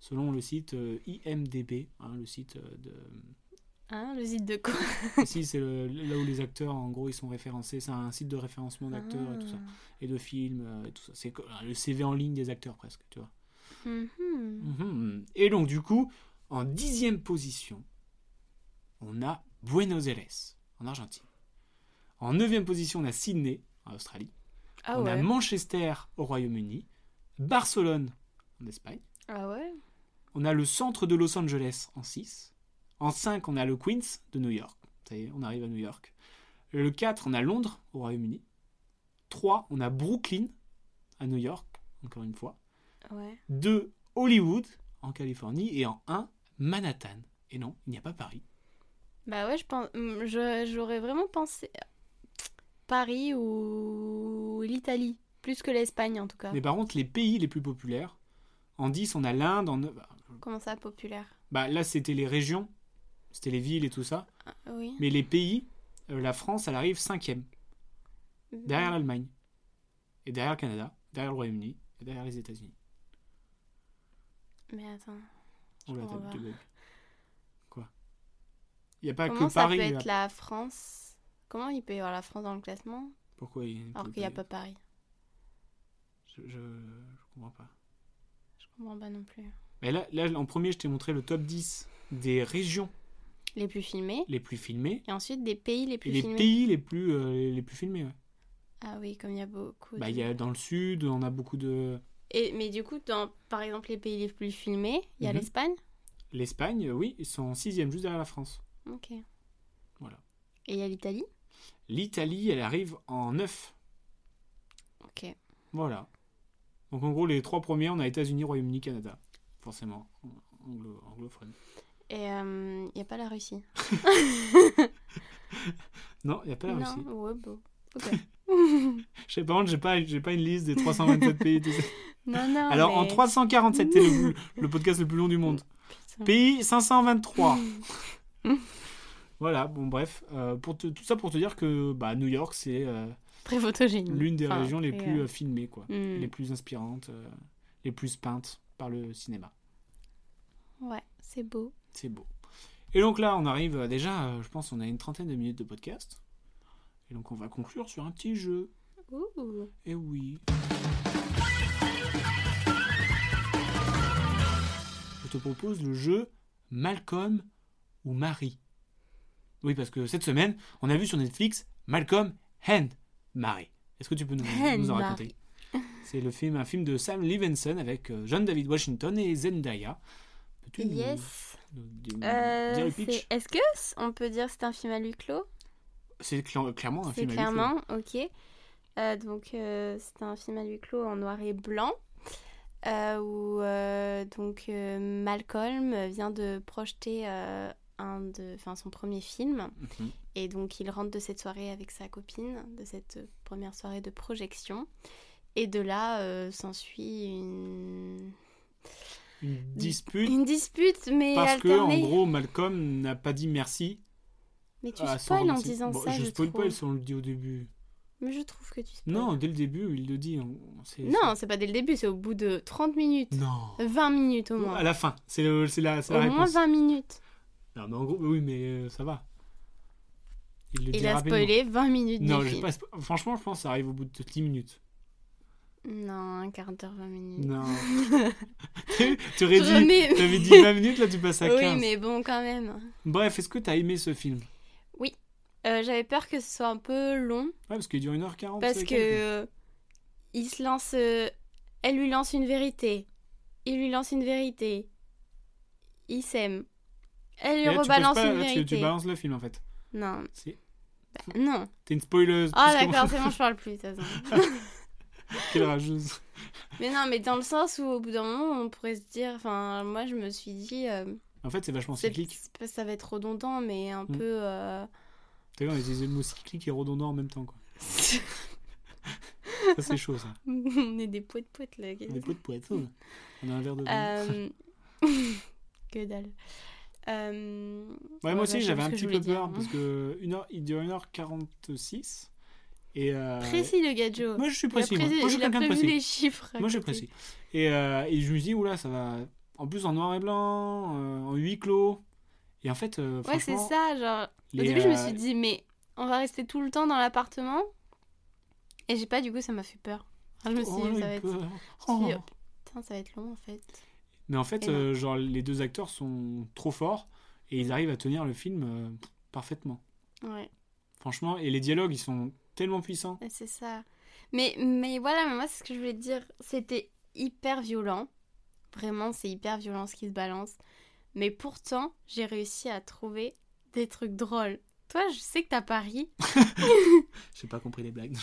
[SPEAKER 10] selon le site euh, IMDB, hein, le site euh,
[SPEAKER 11] [LAUGHS]
[SPEAKER 10] de...
[SPEAKER 11] Hein, le site de quoi
[SPEAKER 10] Ici, c'est le- là où les acteurs, en gros, ils sont référencés. C'est un site de référencement d'acteurs et tout ça.
[SPEAKER 11] Ah.
[SPEAKER 10] Et de films euh, et tout ça. C'est co- le CV en ligne des acteurs, presque, tu vois.
[SPEAKER 11] Ah. Mhm.
[SPEAKER 10] Mhm. Et donc, du coup, en dixième position, on a Buenos Aires, en Argentine. En neuvième position, on a Sydney, en Australie.
[SPEAKER 11] Ah
[SPEAKER 10] on a
[SPEAKER 11] ouais.
[SPEAKER 10] Manchester, au Royaume-Uni. Barcelone, en Espagne.
[SPEAKER 11] Ah ouais
[SPEAKER 10] On a le centre de Los Angeles, en 6. En 5, on a le Queens, de New York. Ça y est, on arrive à New York. Le 4, on a Londres, au Royaume-Uni. 3, on a Brooklyn, à New York, encore une fois.
[SPEAKER 11] Ouais.
[SPEAKER 10] 2, Hollywood, en Californie. Et en 1, Manhattan. Et non, il n'y a pas Paris.
[SPEAKER 11] Bah ouais, je pense. mm, je- J'aurais vraiment pensé. Paris ou l'Italie. Plus que l'Espagne en tout cas.
[SPEAKER 10] Mais par contre, les pays les plus populaires, en 10, on a l'Inde, en 9.
[SPEAKER 11] Comment ça, populaire
[SPEAKER 10] Bah, là, c'était les régions, c'était les villes et tout ça.
[SPEAKER 11] Oui.
[SPEAKER 10] Mais les pays, euh, la France, elle arrive cinquième,
[SPEAKER 11] Mhm.
[SPEAKER 10] derrière l'Allemagne, et derrière le Canada, derrière le Royaume-Uni, et derrière les États-Unis.
[SPEAKER 11] Mais attends.
[SPEAKER 10] On Oh, la
[SPEAKER 11] comprends
[SPEAKER 10] tape
[SPEAKER 11] pas.
[SPEAKER 10] de bug. Quoi Il n'y a pas
[SPEAKER 11] Comment
[SPEAKER 10] Ah, que
[SPEAKER 11] ça
[SPEAKER 10] Paris. hein.
[SPEAKER 11] peut
[SPEAKER 10] là.
[SPEAKER 11] être la France Comment il peut y avoir la France dans le classement
[SPEAKER 10] Pourquoi il
[SPEAKER 11] alors qu'il n'y a pas Paris
[SPEAKER 10] Je, je, je comprends pas.
[SPEAKER 11] Je comprends pas non plus.
[SPEAKER 10] Mais là, là, en premier, je t'ai montré le top 10 des régions
[SPEAKER 11] Les plus filmés
[SPEAKER 10] les plus filmées
[SPEAKER 11] et ensuite des pays les plus
[SPEAKER 10] et les
[SPEAKER 11] filmés.
[SPEAKER 10] pays les plus, euh, les plus filmés. ouais.
[SPEAKER 11] Ah oui, comme il y a beaucoup.
[SPEAKER 10] Bah,
[SPEAKER 11] de-
[SPEAKER 10] il y a dans le sud, on a beaucoup de.
[SPEAKER 11] Et, mais du coup, dans, par exemple, les pays les plus filmés, il y a
[SPEAKER 10] Mhm.
[SPEAKER 11] l'Espagne.
[SPEAKER 10] L'Espagne, oui, ils sont en sixième, juste derrière la France.
[SPEAKER 11] Ok.
[SPEAKER 10] Voilà.
[SPEAKER 11] Et il y a l'Italie.
[SPEAKER 10] L'Italie, elle arrive en neuf.
[SPEAKER 11] Ok.
[SPEAKER 10] Voilà. Donc en gros, les trois premiers, on a États-Unis, Royaume-Uni, Canada. Forcément, anglo- anglophone.
[SPEAKER 11] Et euh, il n'y a pas la Russie.
[SPEAKER 10] Non, il n'y a pas la
[SPEAKER 11] non,
[SPEAKER 10] Russie.
[SPEAKER 11] ouais, bon. Ok.
[SPEAKER 10] Je sais pas, honte, j'ai pas, j'ai pas une liste des 327 [LAUGHS] pays. tu sais.
[SPEAKER 11] non, non.
[SPEAKER 10] Alors en
[SPEAKER 11] mais-
[SPEAKER 10] 347, c'est le,
[SPEAKER 11] [LAUGHS]
[SPEAKER 10] plus- le podcast le plus long du monde.
[SPEAKER 11] Putain.
[SPEAKER 10] Pays
[SPEAKER 11] [LAUGHS]
[SPEAKER 10] 523. voilà, bon bref, euh, pour te- tout ça pour te dire que bah, New York c'est euh,
[SPEAKER 11] Très photogénique.
[SPEAKER 10] l'une des
[SPEAKER 11] Mm. Enfin,
[SPEAKER 10] régions les
[SPEAKER 11] très,
[SPEAKER 10] plus
[SPEAKER 11] euh,
[SPEAKER 10] euh, filmées, quoi,
[SPEAKER 11] hmm.
[SPEAKER 10] les plus inspirantes, euh, les plus peintes par le cinéma.
[SPEAKER 11] Ouais, c'est beau.
[SPEAKER 10] C'est beau. Et donc là, on arrive euh, déjà, euh, je pense, on a une trentaine de minutes de podcast. Et donc on va conclure sur un petit jeu.
[SPEAKER 11] Ouh.
[SPEAKER 10] Et Eh oui. Je te propose le jeu Malcolm ou Marie. Oui, parce que cette semaine, on a vu sur Netflix Malcolm and Marie. Est-ce que tu peux nous,
[SPEAKER 11] And
[SPEAKER 10] nous en
[SPEAKER 11] Marie.
[SPEAKER 10] raconter C'est le film, un film de Sam Levinson avec euh, John David Washington et Zendaya. Peux-tu nous-
[SPEAKER 11] Yes.
[SPEAKER 10] nous, di-
[SPEAKER 11] Euh,
[SPEAKER 10] dire le
[SPEAKER 11] c'est-
[SPEAKER 10] pitch
[SPEAKER 11] Est-ce que c- on peut dire que c'est un film à huis clos
[SPEAKER 10] C'est cla- clairement Oh, un
[SPEAKER 11] C'est
[SPEAKER 10] film à huis clos.
[SPEAKER 11] clairement, ok. Euh, donc euh, c'est un film à huis clos en noir et blanc euh, où euh, donc euh, Malcolm vient de projeter euh, un de, enfin son premier film
[SPEAKER 10] Mhm.
[SPEAKER 11] et donc il rentre de cette soirée avec sa copine de cette euh, première soirée de projection et de là euh, s'ensuit une
[SPEAKER 10] Une dispute
[SPEAKER 11] une dispute mais
[SPEAKER 10] parce que, en
[SPEAKER 11] alternée.
[SPEAKER 10] gros, Malcolm n'a pas dit merci
[SPEAKER 11] Mais tu
[SPEAKER 10] Ah, sans
[SPEAKER 11] spoil en
[SPEAKER 10] romantique.
[SPEAKER 11] disant
[SPEAKER 10] Bon,
[SPEAKER 11] ça, je,
[SPEAKER 10] Je spoil
[SPEAKER 11] trouve.
[SPEAKER 10] pas, si on le dit au début.
[SPEAKER 11] Mais je trouve que tu spoil.
[SPEAKER 10] Non, dès le début, il le dit. on- on- c'est-
[SPEAKER 11] Non, c'est pas dès le début, c'est au bout de 30 minutes.
[SPEAKER 10] c'est- Non.
[SPEAKER 11] 20 minutes au moins.
[SPEAKER 10] À la fin, c'est le- c'est la, c'est
[SPEAKER 11] au
[SPEAKER 10] la
[SPEAKER 11] moins
[SPEAKER 10] réponse.
[SPEAKER 11] 20 minutes.
[SPEAKER 10] Non, mais en gros, oui, mais euh, ça va. le dit
[SPEAKER 11] Il a
[SPEAKER 10] rapidement.
[SPEAKER 11] spoilé 20 minutes
[SPEAKER 10] Non,
[SPEAKER 11] du
[SPEAKER 10] j'ai
[SPEAKER 11] film.
[SPEAKER 10] pas spo- franchement, je pense que ça arrive au bout de 10 minutes.
[SPEAKER 11] Non, un quart d'heure, 20 minutes.
[SPEAKER 10] Non.
[SPEAKER 11] [LAUGHS]
[SPEAKER 10] tu aurais dit,
[SPEAKER 11] Remets-
[SPEAKER 10] t'avais dit 20 minutes, là tu passes à 15.
[SPEAKER 11] oui, mais bon, quand même.
[SPEAKER 10] Bref, est-ce que t'as aimé ce film Ouais,
[SPEAKER 11] Euh, J'avais peur que ce soit un peu long
[SPEAKER 10] parce qu'il dure 1h40.
[SPEAKER 11] parce que euh, il se lance. euh, elle lui lance une vérité. Il lui lance une vérité. Ils s'aiment. Elle lui
[SPEAKER 10] Et là, tu
[SPEAKER 11] rebalance
[SPEAKER 10] poses pas-
[SPEAKER 11] une
[SPEAKER 10] là, tu-
[SPEAKER 11] vérité.
[SPEAKER 10] tu, balances le film en fait.
[SPEAKER 11] Non,
[SPEAKER 10] C'est-
[SPEAKER 11] bah, non.
[SPEAKER 10] T'es une spoileuse.
[SPEAKER 11] Ah
[SPEAKER 10] [LAUGHS] plus que-
[SPEAKER 11] d'accord, c'est bon, je parle plus. de toute façon.
[SPEAKER 10] Quelle rageuse.
[SPEAKER 11] Mais non, mais dans le sens où au bout d'un moment, on pourrait se dire, enfin, moi je me suis dit, euh,
[SPEAKER 10] En fait, c'est vachement
[SPEAKER 11] c'est-
[SPEAKER 10] cyclique.
[SPEAKER 11] c'est- ça va être redondant, mais un
[SPEAKER 10] Mm.
[SPEAKER 11] peu. euh, [LAUGHS]
[SPEAKER 10] T'as vu, on utilise le mot cyclique et redondant en même temps. Quoi. Ça, c'est chaud, ça.
[SPEAKER 11] [LAUGHS] on est des poètes poètes là. qu'est-ce
[SPEAKER 10] Des
[SPEAKER 11] que-
[SPEAKER 10] pots de poète. On a un verre de vin.
[SPEAKER 11] Euh, [LAUGHS] Que dalle. Euh,
[SPEAKER 10] Ouais,
[SPEAKER 11] ouais,
[SPEAKER 10] moi
[SPEAKER 11] bah,
[SPEAKER 10] aussi,
[SPEAKER 11] je sais
[SPEAKER 10] j'avais
[SPEAKER 11] plus
[SPEAKER 10] un
[SPEAKER 11] ce que
[SPEAKER 10] petit
[SPEAKER 11] je
[SPEAKER 10] peu
[SPEAKER 11] voulais dire,
[SPEAKER 10] peur
[SPEAKER 11] hein.
[SPEAKER 10] parce que une heure, il dure 1h46. Et euh,
[SPEAKER 11] Précis le gadjo.
[SPEAKER 10] Moi, je suis
[SPEAKER 11] Il a
[SPEAKER 10] précis. Moi,
[SPEAKER 11] précis-
[SPEAKER 10] Moi, je suis
[SPEAKER 11] il a
[SPEAKER 10] quelqu'un de
[SPEAKER 11] prévu
[SPEAKER 10] précis.
[SPEAKER 11] les chiffres. à
[SPEAKER 10] Moi, je suis
[SPEAKER 11] côté.
[SPEAKER 10] précis. Et, euh, et je me dis, oula, ça va. En plus, en noir et blanc, euh, en huis clos. Et en fait, euh,
[SPEAKER 11] Ouais, c'est
[SPEAKER 10] franchement,
[SPEAKER 11] ça. Genre, au
[SPEAKER 10] les,
[SPEAKER 11] début, je me
[SPEAKER 10] euh,
[SPEAKER 11] suis dit, mais on va rester tout le temps dans l'appartement. Et j'ai pas, du coup, ça m'a fait peur. Enfin, je me suis
[SPEAKER 10] oh,
[SPEAKER 11] dit,
[SPEAKER 10] il
[SPEAKER 11] ça va être.
[SPEAKER 10] pleure.
[SPEAKER 11] me
[SPEAKER 10] Oh.
[SPEAKER 11] suis dit, Putain, ça va être long en fait.
[SPEAKER 10] Mais en fait,
[SPEAKER 11] Et non.
[SPEAKER 10] euh, genre, les deux acteurs sont trop forts et ils arrivent à tenir le film euh, parfaitement.
[SPEAKER 11] Ouais.
[SPEAKER 10] Franchement, et les dialogues, ils sont tellement puissants.
[SPEAKER 11] Ouais, C'est ça. Mais, mais voilà, mais moi, c'est ce que je voulais te dire. C'était hyper violent. Vraiment, c'est hyper violent ce qui se balance. Mais pourtant, j'ai réussi à trouver des trucs drôles. Toi, je sais que t'as pas ri.
[SPEAKER 10] J'ai pas compris les blagues.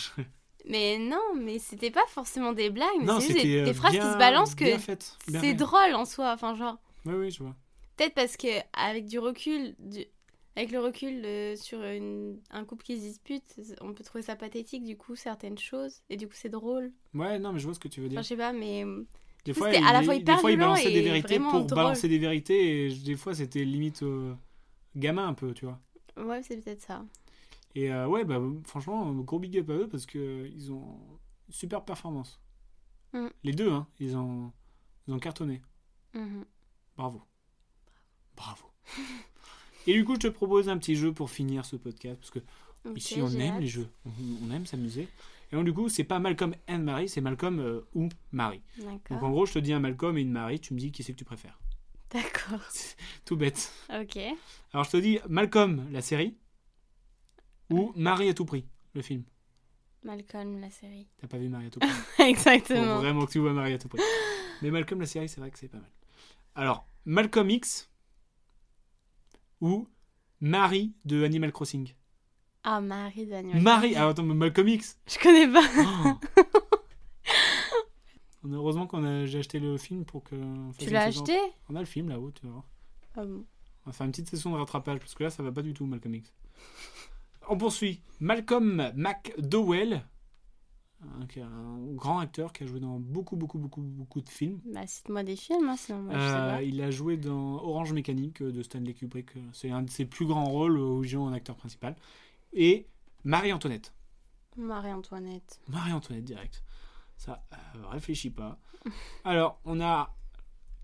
[SPEAKER 11] Mais non, mais c'était pas forcément des blagues. [LAUGHS] mais
[SPEAKER 10] non,
[SPEAKER 11] c'est juste
[SPEAKER 10] c'était
[SPEAKER 11] des,
[SPEAKER 10] euh,
[SPEAKER 11] des phrases qui
[SPEAKER 10] bien-
[SPEAKER 11] se balancent que
[SPEAKER 10] bien faites, bien
[SPEAKER 11] c'est
[SPEAKER 10] faites.
[SPEAKER 11] drôle en soi. Enfin, genre,
[SPEAKER 10] Oui, oui, je vois.
[SPEAKER 11] peut-être parce que avec du recul, du- Avec le recul euh, sur une- un couple qui se dispute, on peut trouver ça pathétique, du coup, certaines choses. Et du coup, c'est drôle.
[SPEAKER 10] Ouais, non, mais je vois ce que tu veux dire.
[SPEAKER 11] Enfin, je sais pas, mais. euh,
[SPEAKER 10] Des
[SPEAKER 11] Tout
[SPEAKER 10] fois,
[SPEAKER 11] c'était
[SPEAKER 10] il,
[SPEAKER 11] à la fois
[SPEAKER 10] des
[SPEAKER 11] hyper
[SPEAKER 10] fois, il
[SPEAKER 11] violent
[SPEAKER 10] balançait
[SPEAKER 11] et
[SPEAKER 10] des vérités
[SPEAKER 11] vraiment
[SPEAKER 10] pour
[SPEAKER 11] drôle.
[SPEAKER 10] balancer des vérités, et je- des fois, c'était limite euh, gamin un peu, tu vois.
[SPEAKER 11] Ouais, c'est peut-être ça.
[SPEAKER 10] Et euh, ouais, bah, franchement, gros big up à eux parce que euh, ils ont une super performance.
[SPEAKER 11] Mm.
[SPEAKER 10] Les deux, hein, ils ont, ils ont cartonné.
[SPEAKER 11] Mhm.
[SPEAKER 10] Bravo.
[SPEAKER 11] [LAUGHS]
[SPEAKER 10] Bravo. Et du coup, je te propose un petit jeu pour finir ce podcast parce que
[SPEAKER 11] Ok,
[SPEAKER 10] ici, on
[SPEAKER 11] j'ai
[SPEAKER 10] aime
[SPEAKER 11] hâte.
[SPEAKER 10] les jeux, on, on aime s'amuser. Et donc, du coup, c'est pas Malcolm and Marie, c'est Malcolm euh, ou Marie. Donc, en
[SPEAKER 11] D'accord.
[SPEAKER 10] gros, je te dis un Malcolm et une Marie, tu me dis qui c'est que tu préfères.
[SPEAKER 11] [LAUGHS] D'accord.
[SPEAKER 10] Tout bête.
[SPEAKER 11] Ok.
[SPEAKER 10] Alors je te dis Malcolm, la série, ou Marie à tout prix, le film.
[SPEAKER 11] Malcolm, la série.
[SPEAKER 10] T'as pas vu Marie à tout prix Faut
[SPEAKER 11] [LAUGHS] Exactement.
[SPEAKER 10] vraiment que tu vois Marie à tout prix. Mais Malcolm, la série, c'est vrai que c'est pas mal. Alors, Malcolm X ou Marie de Animal Crossing.
[SPEAKER 11] Ah, Marie Daniel.
[SPEAKER 10] Marie, ah, attends, mais Malcolm X.
[SPEAKER 11] Je connais pas.
[SPEAKER 10] Oh. [LAUGHS] Heureusement qu'on a j'ai acheté le film pour que. on fasse
[SPEAKER 11] Tu
[SPEAKER 10] une
[SPEAKER 11] l'as
[SPEAKER 10] saison.
[SPEAKER 11] acheté
[SPEAKER 10] On a le film là-haut, tu vois.
[SPEAKER 11] Ah bon.
[SPEAKER 10] On va faire une petite session de rattrapage parce que là, ça va pas du tout, Malcolm X. On poursuit. Malcolm McDowell, un, qui est un grand acteur qui a joué dans beaucoup, beaucoup, beaucoup, beaucoup de films.
[SPEAKER 11] Bah, cite-moi des films, hein, sinon moi, je sais
[SPEAKER 10] Euh,
[SPEAKER 11] pas.
[SPEAKER 10] il a joué dans Orange Mécanique euh, de Stanley Kubrick. euh, C'est un de ses plus grands rôles euh, où il joue en acteur principal. Et Marie-Antoinette.
[SPEAKER 11] Marie-Antoinette.
[SPEAKER 10] Marie-Antoinette direct. Ça euh, réfléchit pas. [LAUGHS] Alors, on a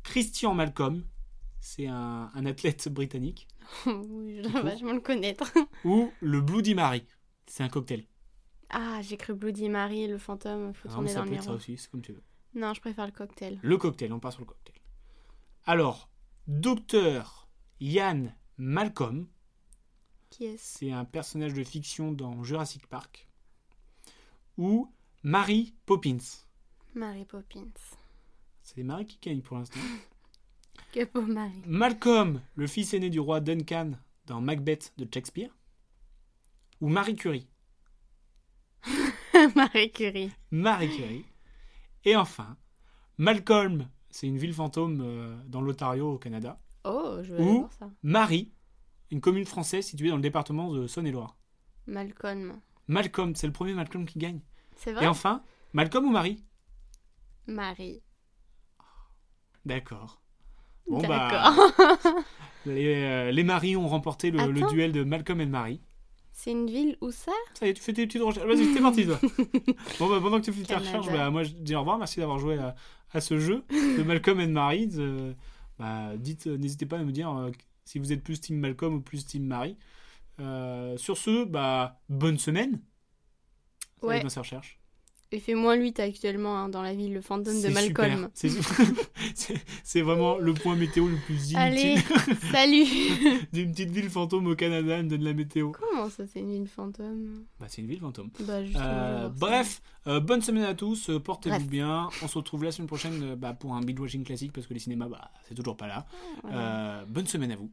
[SPEAKER 10] Christian Malcolm. C'est un- un athlète britannique.
[SPEAKER 11] [LAUGHS] oui, je
[SPEAKER 10] court.
[SPEAKER 11] dois vachement le connaître.
[SPEAKER 10] ou le Bloody Mary. C'est un cocktail.
[SPEAKER 11] [LAUGHS] Ah, j'ai cru Bloody Mary, le fantôme.
[SPEAKER 10] Ah,
[SPEAKER 11] Faut
[SPEAKER 10] mais
[SPEAKER 11] tourner
[SPEAKER 10] ça
[SPEAKER 11] dans le
[SPEAKER 10] peut être ça
[SPEAKER 11] miroir.
[SPEAKER 10] aussi, c'est comme tu veux.
[SPEAKER 11] Non, je préfère le cocktail.
[SPEAKER 10] Le cocktail, on part sur le cocktail. Alors, docteur Ian Malcolm,
[SPEAKER 11] Qui est-ce
[SPEAKER 10] c'est un personnage de fiction dans Jurassic Park, ou Mary Poppins.
[SPEAKER 11] Mary Poppins.
[SPEAKER 10] C'est Mary qui gagne pour l'instant.
[SPEAKER 11] Que beau Marie.
[SPEAKER 10] Malcolm, le fils aîné du roi Duncan dans Macbeth de Shakespeare, ou Marie Curie.
[SPEAKER 11] [LAUGHS] Marie Curie.
[SPEAKER 10] Marie Curie. Et enfin, Malcolm, c'est une ville fantôme euh, dans l'Ontario au Canada.
[SPEAKER 11] Oh, je veux
[SPEAKER 10] Ou-
[SPEAKER 11] aller voir ça.
[SPEAKER 10] Marie, une commune française située dans le département de Saône-et-Loire.
[SPEAKER 11] Malcolm.
[SPEAKER 10] Malcolm, c'est le premier Malcolm qui gagne.
[SPEAKER 11] C'est
[SPEAKER 10] Et
[SPEAKER 11] vrai
[SPEAKER 10] enfin, Malcolm ou Marie
[SPEAKER 11] Marie.
[SPEAKER 10] D'accord. Bon bah,
[SPEAKER 11] D'accord. [LAUGHS]
[SPEAKER 10] les, euh, les maris ont remporté le, le
[SPEAKER 11] Attends.
[SPEAKER 10] duel de Malcolm et de Marie.
[SPEAKER 11] C'est une ville où ça
[SPEAKER 10] Ça y est, tu fais tes petites recherches. Vas-y, c'est parti [LAUGHS] toi. bon bah, pendant que tu fais tes
[SPEAKER 11] Canada.
[SPEAKER 10] recherches, bah, moi je dis au revoir, merci d'avoir joué à, à ce jeu [LAUGHS] de Malcolm et de Marie. De- bah, dites, euh, n'hésitez pas à nous dire euh, si vous êtes plus team Malcolm ou plus team Marie. Euh, sur ce, bah bonne semaine. Ça va
[SPEAKER 11] Ouais.
[SPEAKER 10] être dans ces recherches.
[SPEAKER 11] Il fait moins 8 actuellement hein, dans la ville, le fantôme de
[SPEAKER 10] C'est super.
[SPEAKER 11] Malcolm.
[SPEAKER 10] [LAUGHS] C'est c'est- c'est vraiment le point météo le plus
[SPEAKER 11] Allez,
[SPEAKER 10] inutile
[SPEAKER 11] salut
[SPEAKER 10] [LAUGHS] d'une petite ville fantôme au Canada. Elle me donne la météo.
[SPEAKER 11] Comment ça, c'est une ville fantôme
[SPEAKER 10] Bah, c'est une ville fantôme.
[SPEAKER 11] Bah, justement, je vais
[SPEAKER 10] Euh,
[SPEAKER 11] voir ça.
[SPEAKER 10] bref, euh, bonne semaine à tous. euh, Portez-vous
[SPEAKER 11] Bref.
[SPEAKER 10] bien. On se retrouve la semaine prochaine euh, bah, pour un binge watching classique parce que les cinémas, bah, c'est toujours pas là.
[SPEAKER 11] Ouais.
[SPEAKER 10] Euh, bonne semaine à vous.